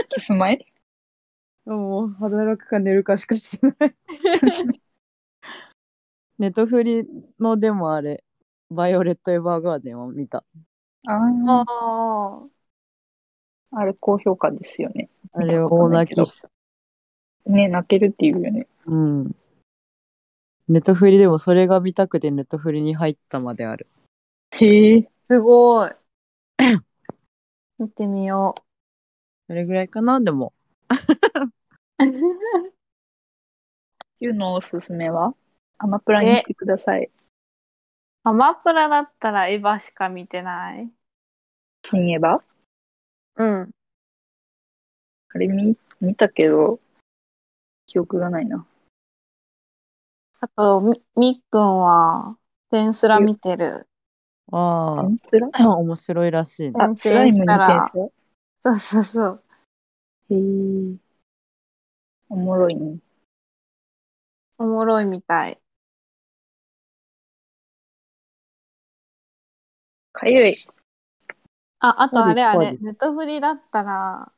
Speaker 3: キスマイ
Speaker 1: もう働くか寝るかしかしてない。 ネトフリのでもあれ、バイオレット・エヴァーガーデンを見た。
Speaker 3: あ
Speaker 2: あ
Speaker 3: あ、
Speaker 2: あ。
Speaker 3: あれ高評価ですよね。
Speaker 1: あれを大泣きした。
Speaker 3: ね、泣けるっていうよね。
Speaker 1: うん。ネトフリでもそれが見たくてネトフリに入ったまである。
Speaker 3: へえ。
Speaker 2: すごい。 見てみよ
Speaker 1: それぐらいかなでも。
Speaker 2: う。
Speaker 3: ユのおすすめはアマプラにしてください。
Speaker 2: アマプラだったらエヴァしか見てない。
Speaker 3: 新エヴァ
Speaker 2: うん。
Speaker 3: あれ見、見たけど、記憶がないな。
Speaker 2: あと、み、みっくんは、テンスラ見てる。
Speaker 1: あ
Speaker 3: 天スラ
Speaker 1: あ、 面白いらしいね。
Speaker 3: あ
Speaker 2: 転、生
Speaker 3: スライムに
Speaker 2: し
Speaker 3: 天ス
Speaker 2: た
Speaker 3: ラ
Speaker 2: らそうそうそう。
Speaker 3: へえ。おもろいね。
Speaker 2: おもろいみたい。
Speaker 3: かゆい。
Speaker 2: あ、あとあれあ
Speaker 1: そう
Speaker 2: れ
Speaker 1: で、
Speaker 2: ネットフリだったら、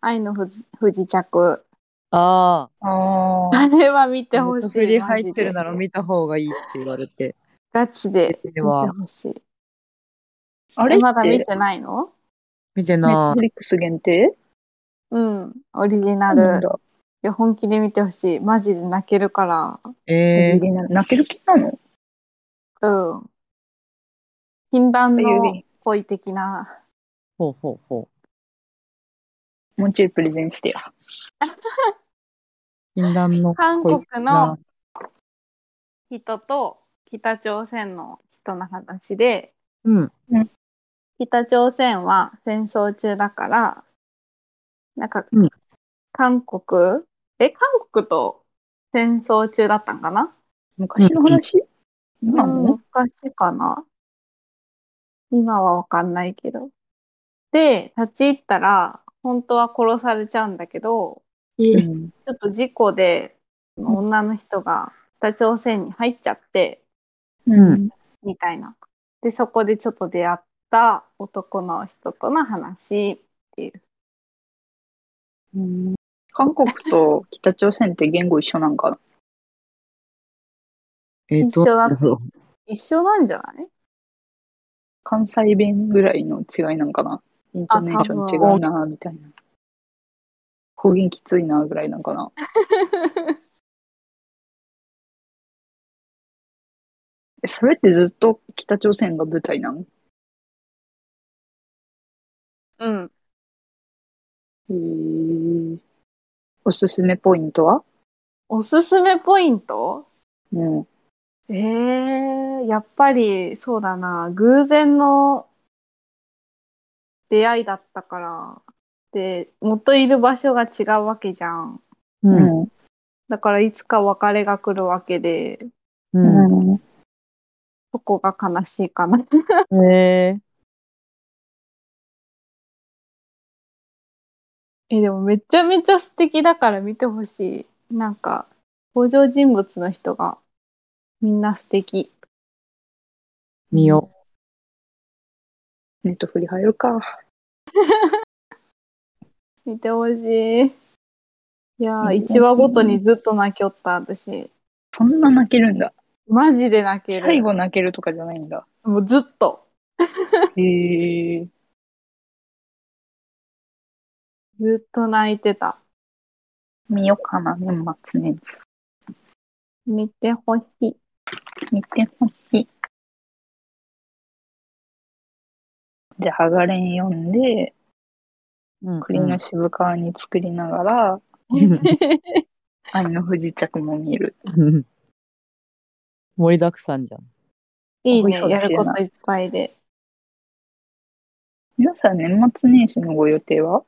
Speaker 2: 愛の不時不時着。
Speaker 1: あ
Speaker 3: あ
Speaker 2: あ
Speaker 3: あ。
Speaker 2: れは見て
Speaker 1: あ、
Speaker 2: ほ
Speaker 1: ネ
Speaker 2: し
Speaker 1: ト
Speaker 2: い。
Speaker 1: フリ
Speaker 2: マジ
Speaker 1: 入ってるなら見た方がいいって言われて。
Speaker 2: ガチで
Speaker 1: で
Speaker 2: 見て
Speaker 1: は
Speaker 2: ほしい。
Speaker 3: あれ
Speaker 2: え、
Speaker 3: って
Speaker 2: まだ見てないの
Speaker 1: 見て
Speaker 3: ネッ
Speaker 1: な
Speaker 3: トフリックス限定
Speaker 2: うん。オリジナ
Speaker 3: あ
Speaker 2: ル。
Speaker 3: る
Speaker 2: いや、本気で見てほしい。マジで泣けるか
Speaker 1: い。ええ
Speaker 3: 泣ける気なの
Speaker 2: ら。うん。禁断
Speaker 3: かゆ
Speaker 2: の
Speaker 3: い。
Speaker 2: 恋的な。
Speaker 1: ほうほうほう。
Speaker 3: もうちょいプレゼンしてよ。
Speaker 1: 禁断の
Speaker 2: 韓
Speaker 1: 恋
Speaker 2: 国の
Speaker 1: な
Speaker 2: 人と北朝鮮の人の話で、
Speaker 1: うん。
Speaker 2: 北朝鮮は戦争中だから、なんか、
Speaker 1: うん
Speaker 2: 韓国え、韓国と戦争中だったんかな
Speaker 3: 昔の話今
Speaker 2: うん
Speaker 3: も
Speaker 2: 昔かな今はわかんないけど。で、立ち入ったら、本当は殺されちゃうんだけど、
Speaker 1: え
Speaker 3: うん
Speaker 2: ちょっと事故で、女の人が北朝鮮に入っちゃって、
Speaker 1: う
Speaker 2: みたいな。で、そこでちょっと出会った男の人との話。
Speaker 3: うん韓国と北朝鮮って言語一緒なんかな
Speaker 1: え
Speaker 2: 一緒だった一緒なんじゃない
Speaker 3: 関西弁ぐらいの違いなんかなイントネーション違うなみたいな。方言きついなぐらいなんかな。 えそれってずっと北朝鮮が舞台なん
Speaker 2: うん。
Speaker 3: へーおすすめポイントは
Speaker 2: おすすめポイント
Speaker 3: うん。
Speaker 2: ええやっぱりそうだな、偶然の出会いだったから、で、元いる場所が違うわけじゃん。
Speaker 1: うん。
Speaker 3: ん。
Speaker 2: だからいつか別れが来るわけで、
Speaker 1: う
Speaker 3: うん。
Speaker 2: そこが悲しいかな。
Speaker 1: ん。え
Speaker 2: え、でもめちゃめちゃ素敵だから見てほしい。なんか、登場人物の人がみんな素敵。
Speaker 1: 見よ
Speaker 3: ネット振り入るか。
Speaker 2: 見てほしい。いやー、
Speaker 3: いいね
Speaker 2: 1話ごとにずっと泣きよった、私。
Speaker 3: そんな泣けるんだ。
Speaker 2: マジで泣ける。
Speaker 3: 最後泣けるとかじゃないんだ。
Speaker 2: もうずっと。
Speaker 3: へえ。
Speaker 2: ずっと泣いてた。
Speaker 3: 見ようかな、年末年始。
Speaker 2: 見てほしい。
Speaker 3: 見てほしい。じゃあ、ハガレン読んで、
Speaker 1: う。うん。
Speaker 3: 栗の渋川に作りながら、愛の不時着も見る。
Speaker 1: うん 盛りだくさんじゃん。
Speaker 2: いい
Speaker 3: おいしそ
Speaker 2: ね。
Speaker 3: うで
Speaker 2: や
Speaker 3: す
Speaker 2: る
Speaker 3: よ
Speaker 2: こ
Speaker 3: な
Speaker 2: といっぱいで。
Speaker 3: 皆さん、年末年始のご予定は
Speaker 1: お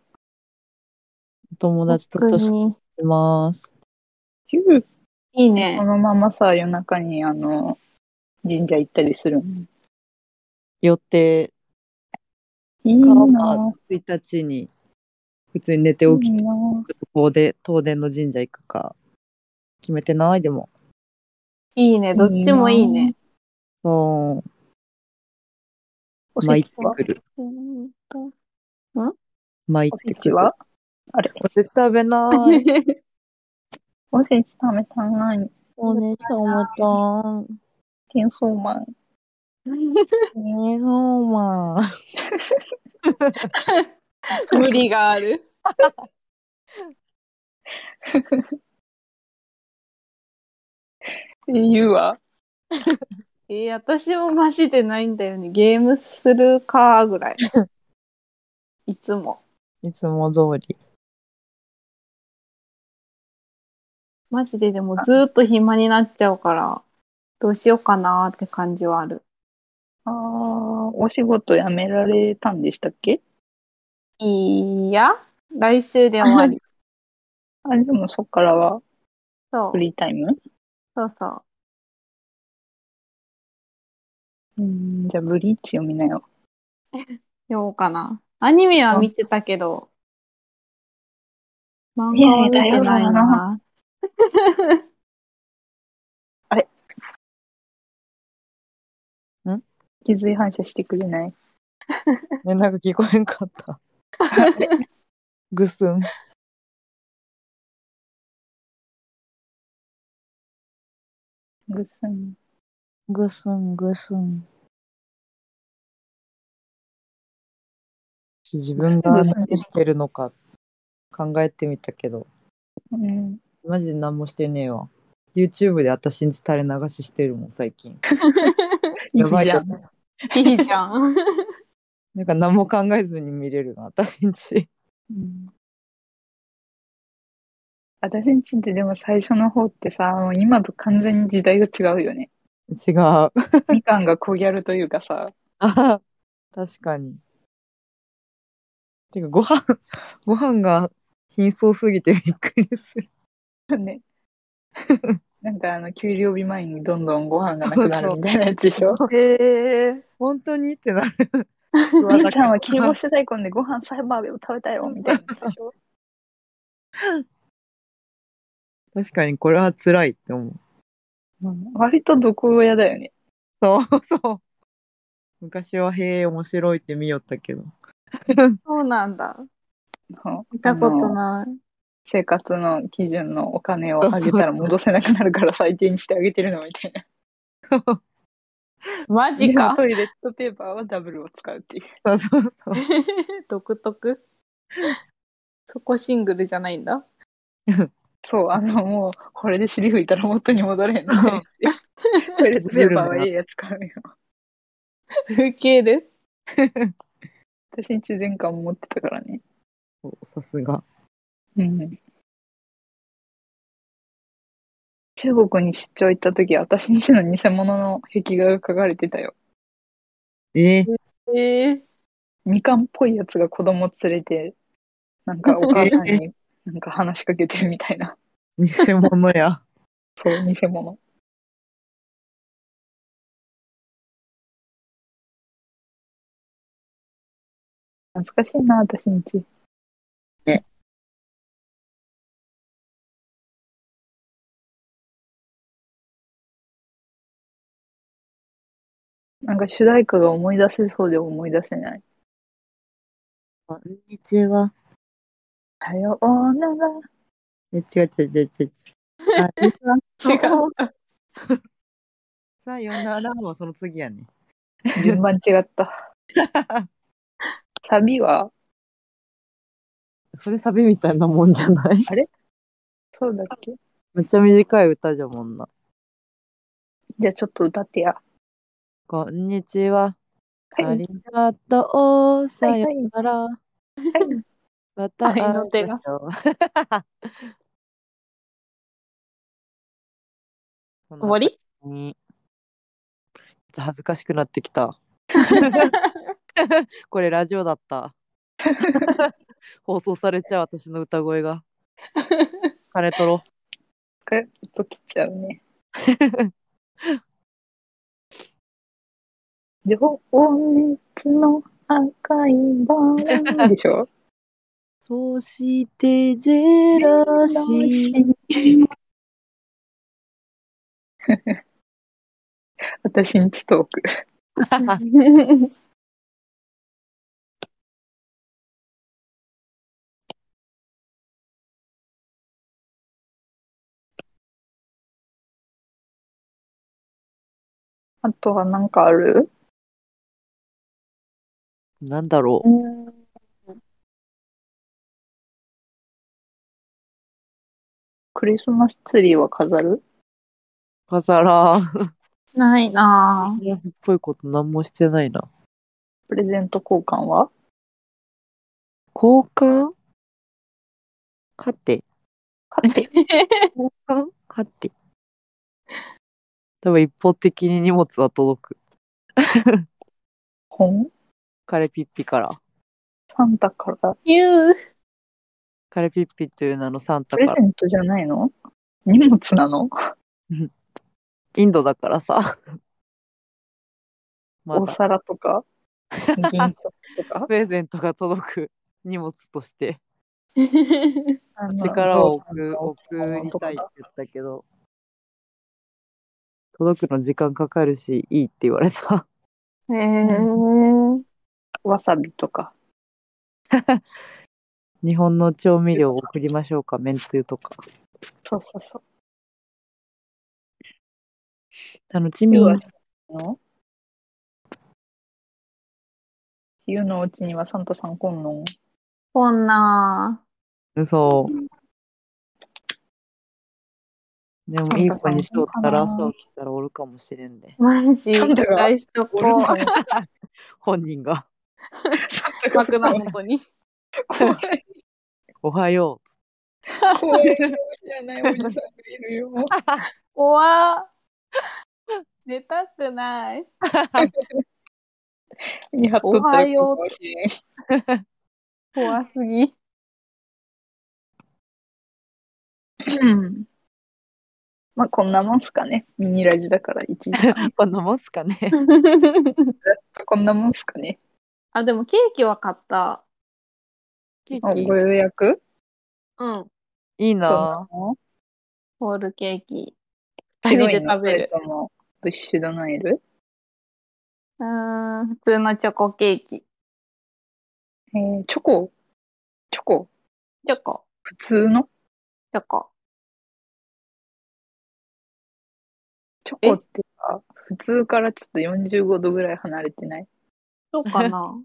Speaker 1: 友達と
Speaker 2: 本
Speaker 1: 年越
Speaker 2: 当
Speaker 1: し
Speaker 2: に
Speaker 1: ます。
Speaker 3: ヒュー
Speaker 2: いい
Speaker 3: こ
Speaker 2: ね。
Speaker 3: のままさ、夜中に、あの、神社行ったりするの
Speaker 1: 予定、
Speaker 3: いいな
Speaker 1: 川
Speaker 3: ぁ
Speaker 1: は1日に、普通に寝て起
Speaker 3: い
Speaker 1: き
Speaker 3: い
Speaker 1: て、
Speaker 3: なぁ
Speaker 1: ここで東電の神社行くか、決めてないでも。
Speaker 2: いいね。どっちもいいね。
Speaker 1: そ
Speaker 3: お
Speaker 1: う、参
Speaker 3: せ
Speaker 1: っ
Speaker 3: ち
Speaker 1: て
Speaker 3: は
Speaker 1: くる。
Speaker 2: うんと
Speaker 1: 参っ
Speaker 3: お
Speaker 1: て
Speaker 3: せ
Speaker 1: く
Speaker 3: ち
Speaker 1: る。
Speaker 3: はあれ
Speaker 1: おせち食べ ない。
Speaker 3: おせち食べたない。
Speaker 1: お姉ちゃん、おもちゃん。
Speaker 3: 天相米。
Speaker 1: ねえ、そうまあ。
Speaker 2: 無理がある。
Speaker 3: って言うわ。
Speaker 2: えー私もマジでないんだよね。ゲームするかぐ らい。いつも。
Speaker 1: いつも通り。
Speaker 2: マジででもずーっと暇になっちゃうから、どうしようかなーって感じはある。
Speaker 3: ああ、お仕事辞められたんでしたっけ
Speaker 2: いや、来週で終わ り。
Speaker 3: あ、でもそっからは
Speaker 2: そう
Speaker 3: フ。リータイム
Speaker 2: そうそう。
Speaker 3: うん、じゃあブリーチ読みなよ。
Speaker 2: 読もうかな。アニメは見てたけど、漫
Speaker 3: 未
Speaker 2: 画は見
Speaker 3: 来だよ
Speaker 2: てないな。
Speaker 3: 気づい反射してくれない
Speaker 1: ね、なんか聞こえんかった。ぐすん。
Speaker 3: ぐっすん。
Speaker 1: ぐすん、ぐすん。自分が何してるのか考えてみたけど、
Speaker 3: うん。
Speaker 1: マジで何もしてねえわ。YouTube で私んち垂れ流ししてるもん、最近。
Speaker 3: いい
Speaker 1: やばい
Speaker 3: じゃ
Speaker 1: よ
Speaker 3: ん。
Speaker 1: ね。
Speaker 2: いいじゃ ん。
Speaker 1: なんか何も考えずに見れるな、私んち。
Speaker 3: うん私んちってでも最初の方ってさ、もう今と完全に時代が違うよね。
Speaker 1: 違う。あ
Speaker 3: みかんが小ギャルというかさ、
Speaker 1: は確かに。てか、ご飯、ご飯が貧相すぎてびっくりする。
Speaker 3: ね。なんかあの、給料日前にどんどんご飯がなくなるみたいなやつでしょ
Speaker 2: へえ。
Speaker 1: 本当にってなる。
Speaker 3: みーちゃんは切り干し大根でご飯サイバーベを食べたよみたいなやつでしょ。
Speaker 1: 確かにこれは辛いって思う。
Speaker 3: うん割とどこ親だよね。
Speaker 1: そう そう。昔はへえ面白いって見よったけど。
Speaker 2: そうなんだ。
Speaker 3: うん
Speaker 2: 見たこと
Speaker 3: あの
Speaker 2: ない。
Speaker 3: 生活の基準のお金をあげたら戻せなくなるから最低にしてあげてるのみたいな。
Speaker 2: マジ
Speaker 3: でも
Speaker 2: か。
Speaker 3: トイレットペーパーはダブルを使うっていう。
Speaker 1: そうそうそう。
Speaker 2: 独特。 そこシングルじゃないんだ。
Speaker 3: そう、あの、もう、これで尻拭いたら元に戻れへんね。 トイレットペーパーはいいやつ買うよ。
Speaker 2: ウケる
Speaker 3: 私、一前巻持ってたからね。
Speaker 1: おさすが。
Speaker 3: うん。中国に出張行った時、私んちの偽物の壁画が描かれてたよ。
Speaker 1: えー、
Speaker 2: ええ
Speaker 3: みかんっぽいやつが子供連れて、なんかお母さ んになんか話しかけてるみたいな。
Speaker 1: 偽物や。
Speaker 3: そう、偽物。懐かしいな、私んち。
Speaker 1: ね。
Speaker 3: なんか主題歌が思い出せそうで思い出せない。
Speaker 1: こんにちは。
Speaker 3: さようなら。
Speaker 1: え、違う違う違う 違う。あれは
Speaker 2: 違 う。
Speaker 1: さよならはその次やね。
Speaker 3: 順番違った。サビは、
Speaker 1: それサビみたいなもんじゃない
Speaker 3: そうだっけ
Speaker 1: めっちゃ短い歌じゃもんな。
Speaker 3: じゃあちょっと歌ってや。
Speaker 1: こんにちは。
Speaker 3: はい。は
Speaker 1: あ
Speaker 3: い
Speaker 1: りがとう。さ
Speaker 3: はい
Speaker 1: よなら。また
Speaker 2: 愛の手
Speaker 1: いま
Speaker 2: が
Speaker 1: しょうそんな
Speaker 2: 終わり
Speaker 1: 感じちょっと恥ずかしくなってきた。これラジオだった。放送されちゃう私の歌声が。金取ろう。
Speaker 3: はい。と切っちゃう ね。情熱の赤いバランでしょ
Speaker 1: そしてジェラシー。
Speaker 3: 私んちトーク。あとはなんかある
Speaker 1: なんだろう。
Speaker 3: クリスマスツリーは飾る
Speaker 1: 飾らん。
Speaker 2: ないな
Speaker 1: クラスっぽいこと何もしてないな。
Speaker 3: プレゼント交換 は
Speaker 1: 交換はて。
Speaker 3: 買って。
Speaker 1: 交換はて。多分一方的に荷物は届く。
Speaker 3: 本
Speaker 1: カレピッピから。
Speaker 3: サンタから。
Speaker 2: ゆう。
Speaker 1: カレピッピという名のサンタ
Speaker 3: プ
Speaker 1: か
Speaker 3: レ
Speaker 1: ら
Speaker 3: ゼ。ントじゃないの荷物なの
Speaker 1: インドだからさ。ま
Speaker 3: お
Speaker 1: た
Speaker 3: 皿とか銀食とか
Speaker 1: プレゼントが届く荷物として
Speaker 3: あの
Speaker 1: 力を送
Speaker 3: お
Speaker 1: る
Speaker 3: 父さんの
Speaker 1: 送りたいって
Speaker 3: お父さんのとか
Speaker 1: 言ったけど届くの時間かかるしいいって言われた
Speaker 2: えー、
Speaker 3: わさびとか。
Speaker 1: 日本の調味料を送りましょうかめんつゆとか
Speaker 3: そうそうそう。
Speaker 1: 楽しみ
Speaker 3: 要はの冬のうちにはサンタさん来んの
Speaker 2: こんな
Speaker 1: 嘘でもいい子にしよったら
Speaker 3: サンタさん
Speaker 1: 朝起きたらおるかもしれんで、
Speaker 2: マジ期
Speaker 3: なんだか
Speaker 2: 待しと
Speaker 3: 俺も
Speaker 2: こう。
Speaker 1: 本人が
Speaker 2: 幕の本に。
Speaker 3: 怖い。
Speaker 1: 「おはよ う
Speaker 3: 怖い。知らないおじさんがいるよ。
Speaker 2: 怖っ寝たくない。
Speaker 3: やっと
Speaker 2: おはよう
Speaker 3: う。
Speaker 2: 怖すぎ。
Speaker 3: うんまあこんなもんすかね。ミニラジだから一時間。」
Speaker 1: こんなもんすかね
Speaker 3: こんなもんすかね。
Speaker 2: あ、でもケーキは買った。
Speaker 1: ケー
Speaker 3: あ
Speaker 1: キ
Speaker 3: ご予約
Speaker 2: うん。
Speaker 1: いい
Speaker 3: そう
Speaker 1: な
Speaker 3: なの
Speaker 2: ホールケーキ。二人
Speaker 3: 白い
Speaker 2: で
Speaker 3: の
Speaker 2: 食べる。
Speaker 3: それともブッシュドノエル
Speaker 2: うーん、普通のチョコケーキ。
Speaker 3: えー、チョコチョコ
Speaker 2: チョコ、
Speaker 3: 普通の
Speaker 2: チョコ。
Speaker 3: チョコってさ、普通からちょっと45度ぐらい離れてない
Speaker 2: そうかな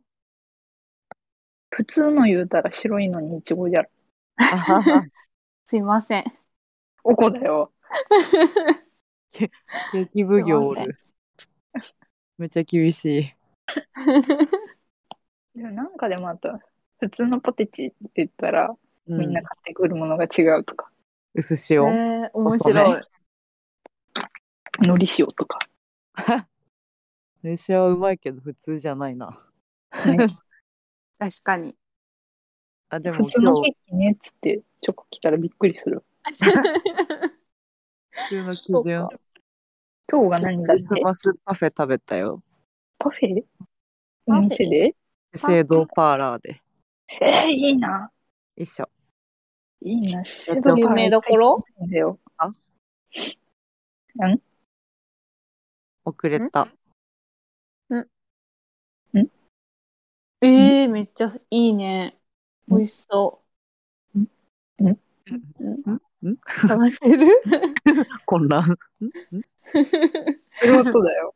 Speaker 3: 普通の言うたら白いのにイチゴじゃろ。
Speaker 1: あはは
Speaker 2: すいません。
Speaker 3: おこだよ。
Speaker 1: ケーキ奉行おる。めっちゃ厳しい。
Speaker 3: でもなんかでもあと、普通のポテチって言ったら、
Speaker 1: う
Speaker 3: みんな買ってくるものが違うとか、
Speaker 1: 薄
Speaker 2: え
Speaker 1: 塩。
Speaker 2: ー、面白い。
Speaker 3: 海苔塩とか。
Speaker 1: 薄塩はうまいけど普通じゃないな。
Speaker 3: ね
Speaker 2: 確かに。
Speaker 1: あ、で
Speaker 3: 普
Speaker 1: も
Speaker 3: 通
Speaker 1: 今
Speaker 3: のケ
Speaker 1: 日
Speaker 3: ーキねっつってチョコ来たらびっくりする。
Speaker 1: 普通の基
Speaker 3: そう
Speaker 1: 準
Speaker 3: か。今日が何
Speaker 1: ク
Speaker 3: だっ
Speaker 1: リ
Speaker 3: て
Speaker 1: スマスパフェ食べたよ。
Speaker 3: パフェ
Speaker 2: パフェ
Speaker 3: お店で
Speaker 1: 資生堂パーラーで。
Speaker 3: えー、いいな。
Speaker 1: 一緒。
Speaker 3: いいな。資生
Speaker 2: 有名どころ
Speaker 3: なんだよ。
Speaker 1: 遅れた。
Speaker 2: えー、めっちゃいいね。美
Speaker 3: ん
Speaker 2: 味しそ
Speaker 3: ん
Speaker 2: う。
Speaker 3: ん
Speaker 2: ん
Speaker 1: んん
Speaker 2: 探せる
Speaker 1: 混乱。
Speaker 3: 素人だよ。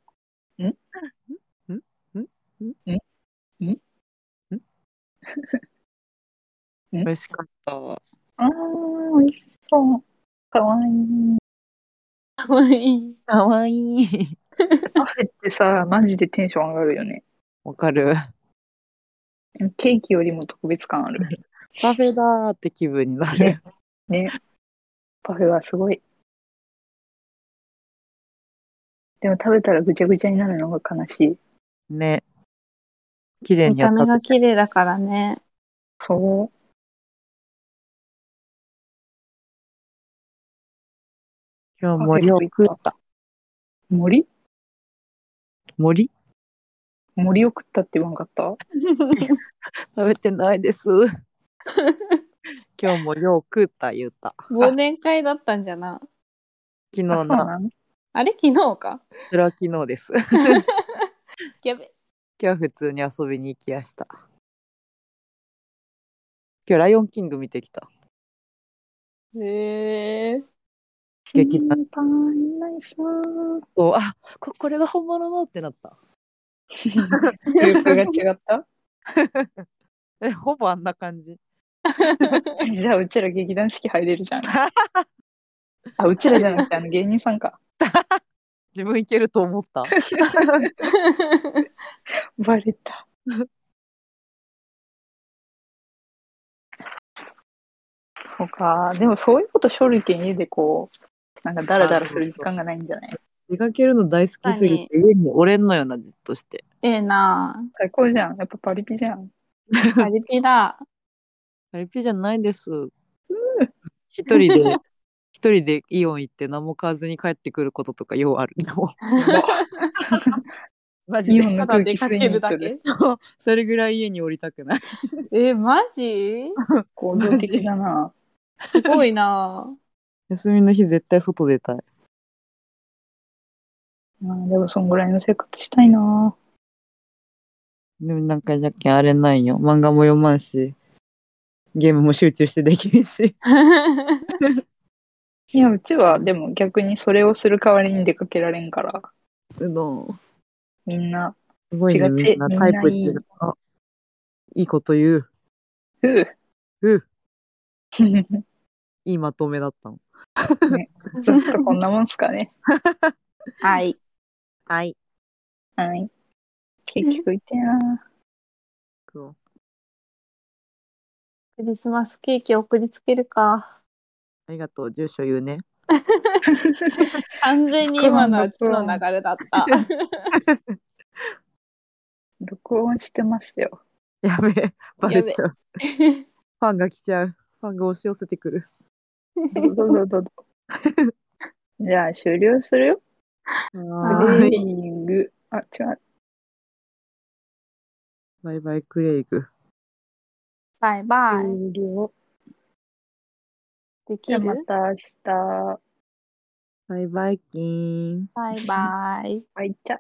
Speaker 1: 美味しかったわ。
Speaker 3: あー、美味しそう。かわいい。
Speaker 2: か わいい。
Speaker 1: かわいい。
Speaker 3: パフェってさ、マジでテンション上がるよね。
Speaker 1: わかる。
Speaker 3: ケーキよりも特別感あ る。
Speaker 1: パフェだーって気分になる。
Speaker 3: ね。ね。パフェはすごい。でも食べたらぐちゃぐちゃになるのが悲しい。
Speaker 1: ね。綺麗
Speaker 2: 見
Speaker 1: にや
Speaker 2: た
Speaker 1: っ
Speaker 2: 目
Speaker 1: た
Speaker 2: が
Speaker 1: 時。
Speaker 2: 綺麗だからね。
Speaker 3: そう。
Speaker 1: 今日森を食った。
Speaker 3: 森
Speaker 1: 森
Speaker 3: 森を食ったって言わんかった
Speaker 1: 食べてない です。今日もよう食った言うた。
Speaker 2: 忘年会だったんじゃな。
Speaker 1: 昨日
Speaker 3: あそう
Speaker 1: な。
Speaker 3: なん
Speaker 2: あれ昨日か。
Speaker 1: それは昨日です。今
Speaker 2: やべ。
Speaker 1: 日は普通に遊びに行きやした。今日ライオンキング見てきた。
Speaker 2: へ え。
Speaker 1: 刺激だ
Speaker 3: 心配ないさ
Speaker 1: おあここれが本物のってなった。
Speaker 3: ループが違った
Speaker 1: えほぼあんな感じ。
Speaker 3: じゃあうちら劇団四季入れるじゃん。あ、うちらじゃなくてあの芸人さんか。
Speaker 1: 自分いけると思 った。
Speaker 3: バレた。 そうか。でもそういうことしょるけん家でこう、なんかダラダラする時間がないんじゃない
Speaker 1: 出かけるの大好きすぎて家におれんのよなじっとして。
Speaker 2: ええな
Speaker 3: 最高じゃん。やっぱパリピじゃん。
Speaker 2: あ。パリピだ。
Speaker 1: パリピじゃないです。一人で 一人でイオン行って何も買わずに帰ってくることとかようある。 でもマジ
Speaker 3: イ
Speaker 1: で
Speaker 3: オン
Speaker 2: た
Speaker 3: の
Speaker 2: だ
Speaker 3: 空
Speaker 2: 出
Speaker 3: 気
Speaker 2: か
Speaker 3: 吸い
Speaker 2: け
Speaker 3: に行
Speaker 2: る
Speaker 3: っと
Speaker 2: だ
Speaker 3: る
Speaker 2: け。。
Speaker 1: それぐらい家に降りたくない。
Speaker 2: え、マジ
Speaker 3: 行動的だな。
Speaker 2: すごい な。
Speaker 1: 休みの日絶対外出たい。
Speaker 3: あーでもそんぐらいの生活したいな。
Speaker 1: でもなんかじゃっけんあれないよ。漫画も読まんし、ゲームも集中してできんし。
Speaker 3: いや、うちはでも逆にそれをする代わりに出かけられんから、
Speaker 1: うどん。
Speaker 3: みんな、
Speaker 1: すごいね、
Speaker 3: 違って
Speaker 1: みんなタイプ
Speaker 3: みん
Speaker 1: 違
Speaker 3: な
Speaker 1: う。あいいこと言う。
Speaker 3: ふう。
Speaker 1: ふう
Speaker 3: ず
Speaker 1: いいまとめだったの。
Speaker 3: っとこんなもんすかね。
Speaker 2: はい。
Speaker 1: はい。
Speaker 3: はい。結局いてな。
Speaker 2: クリスマスケーキ送りつけるか。
Speaker 1: ありがとう。住所言うね。
Speaker 2: 完全に今のは血の流れだった。
Speaker 3: 録音してますよ。
Speaker 1: やべえ、バレちゃう。 ファンが来ちゃう。ファンが押し寄せてくる。
Speaker 3: どうぞどうぞどうぞ。じゃあ終了するよ。
Speaker 2: は
Speaker 3: ク
Speaker 2: ー
Speaker 1: バ
Speaker 3: レイング。あ、違う。
Speaker 1: イバイクレイグ。
Speaker 2: バイバイ。
Speaker 3: 終了。
Speaker 2: でき
Speaker 3: じゃあま
Speaker 2: る
Speaker 3: た明日。
Speaker 1: バイバイキーン。
Speaker 2: バイバイ。
Speaker 3: あいちゃ。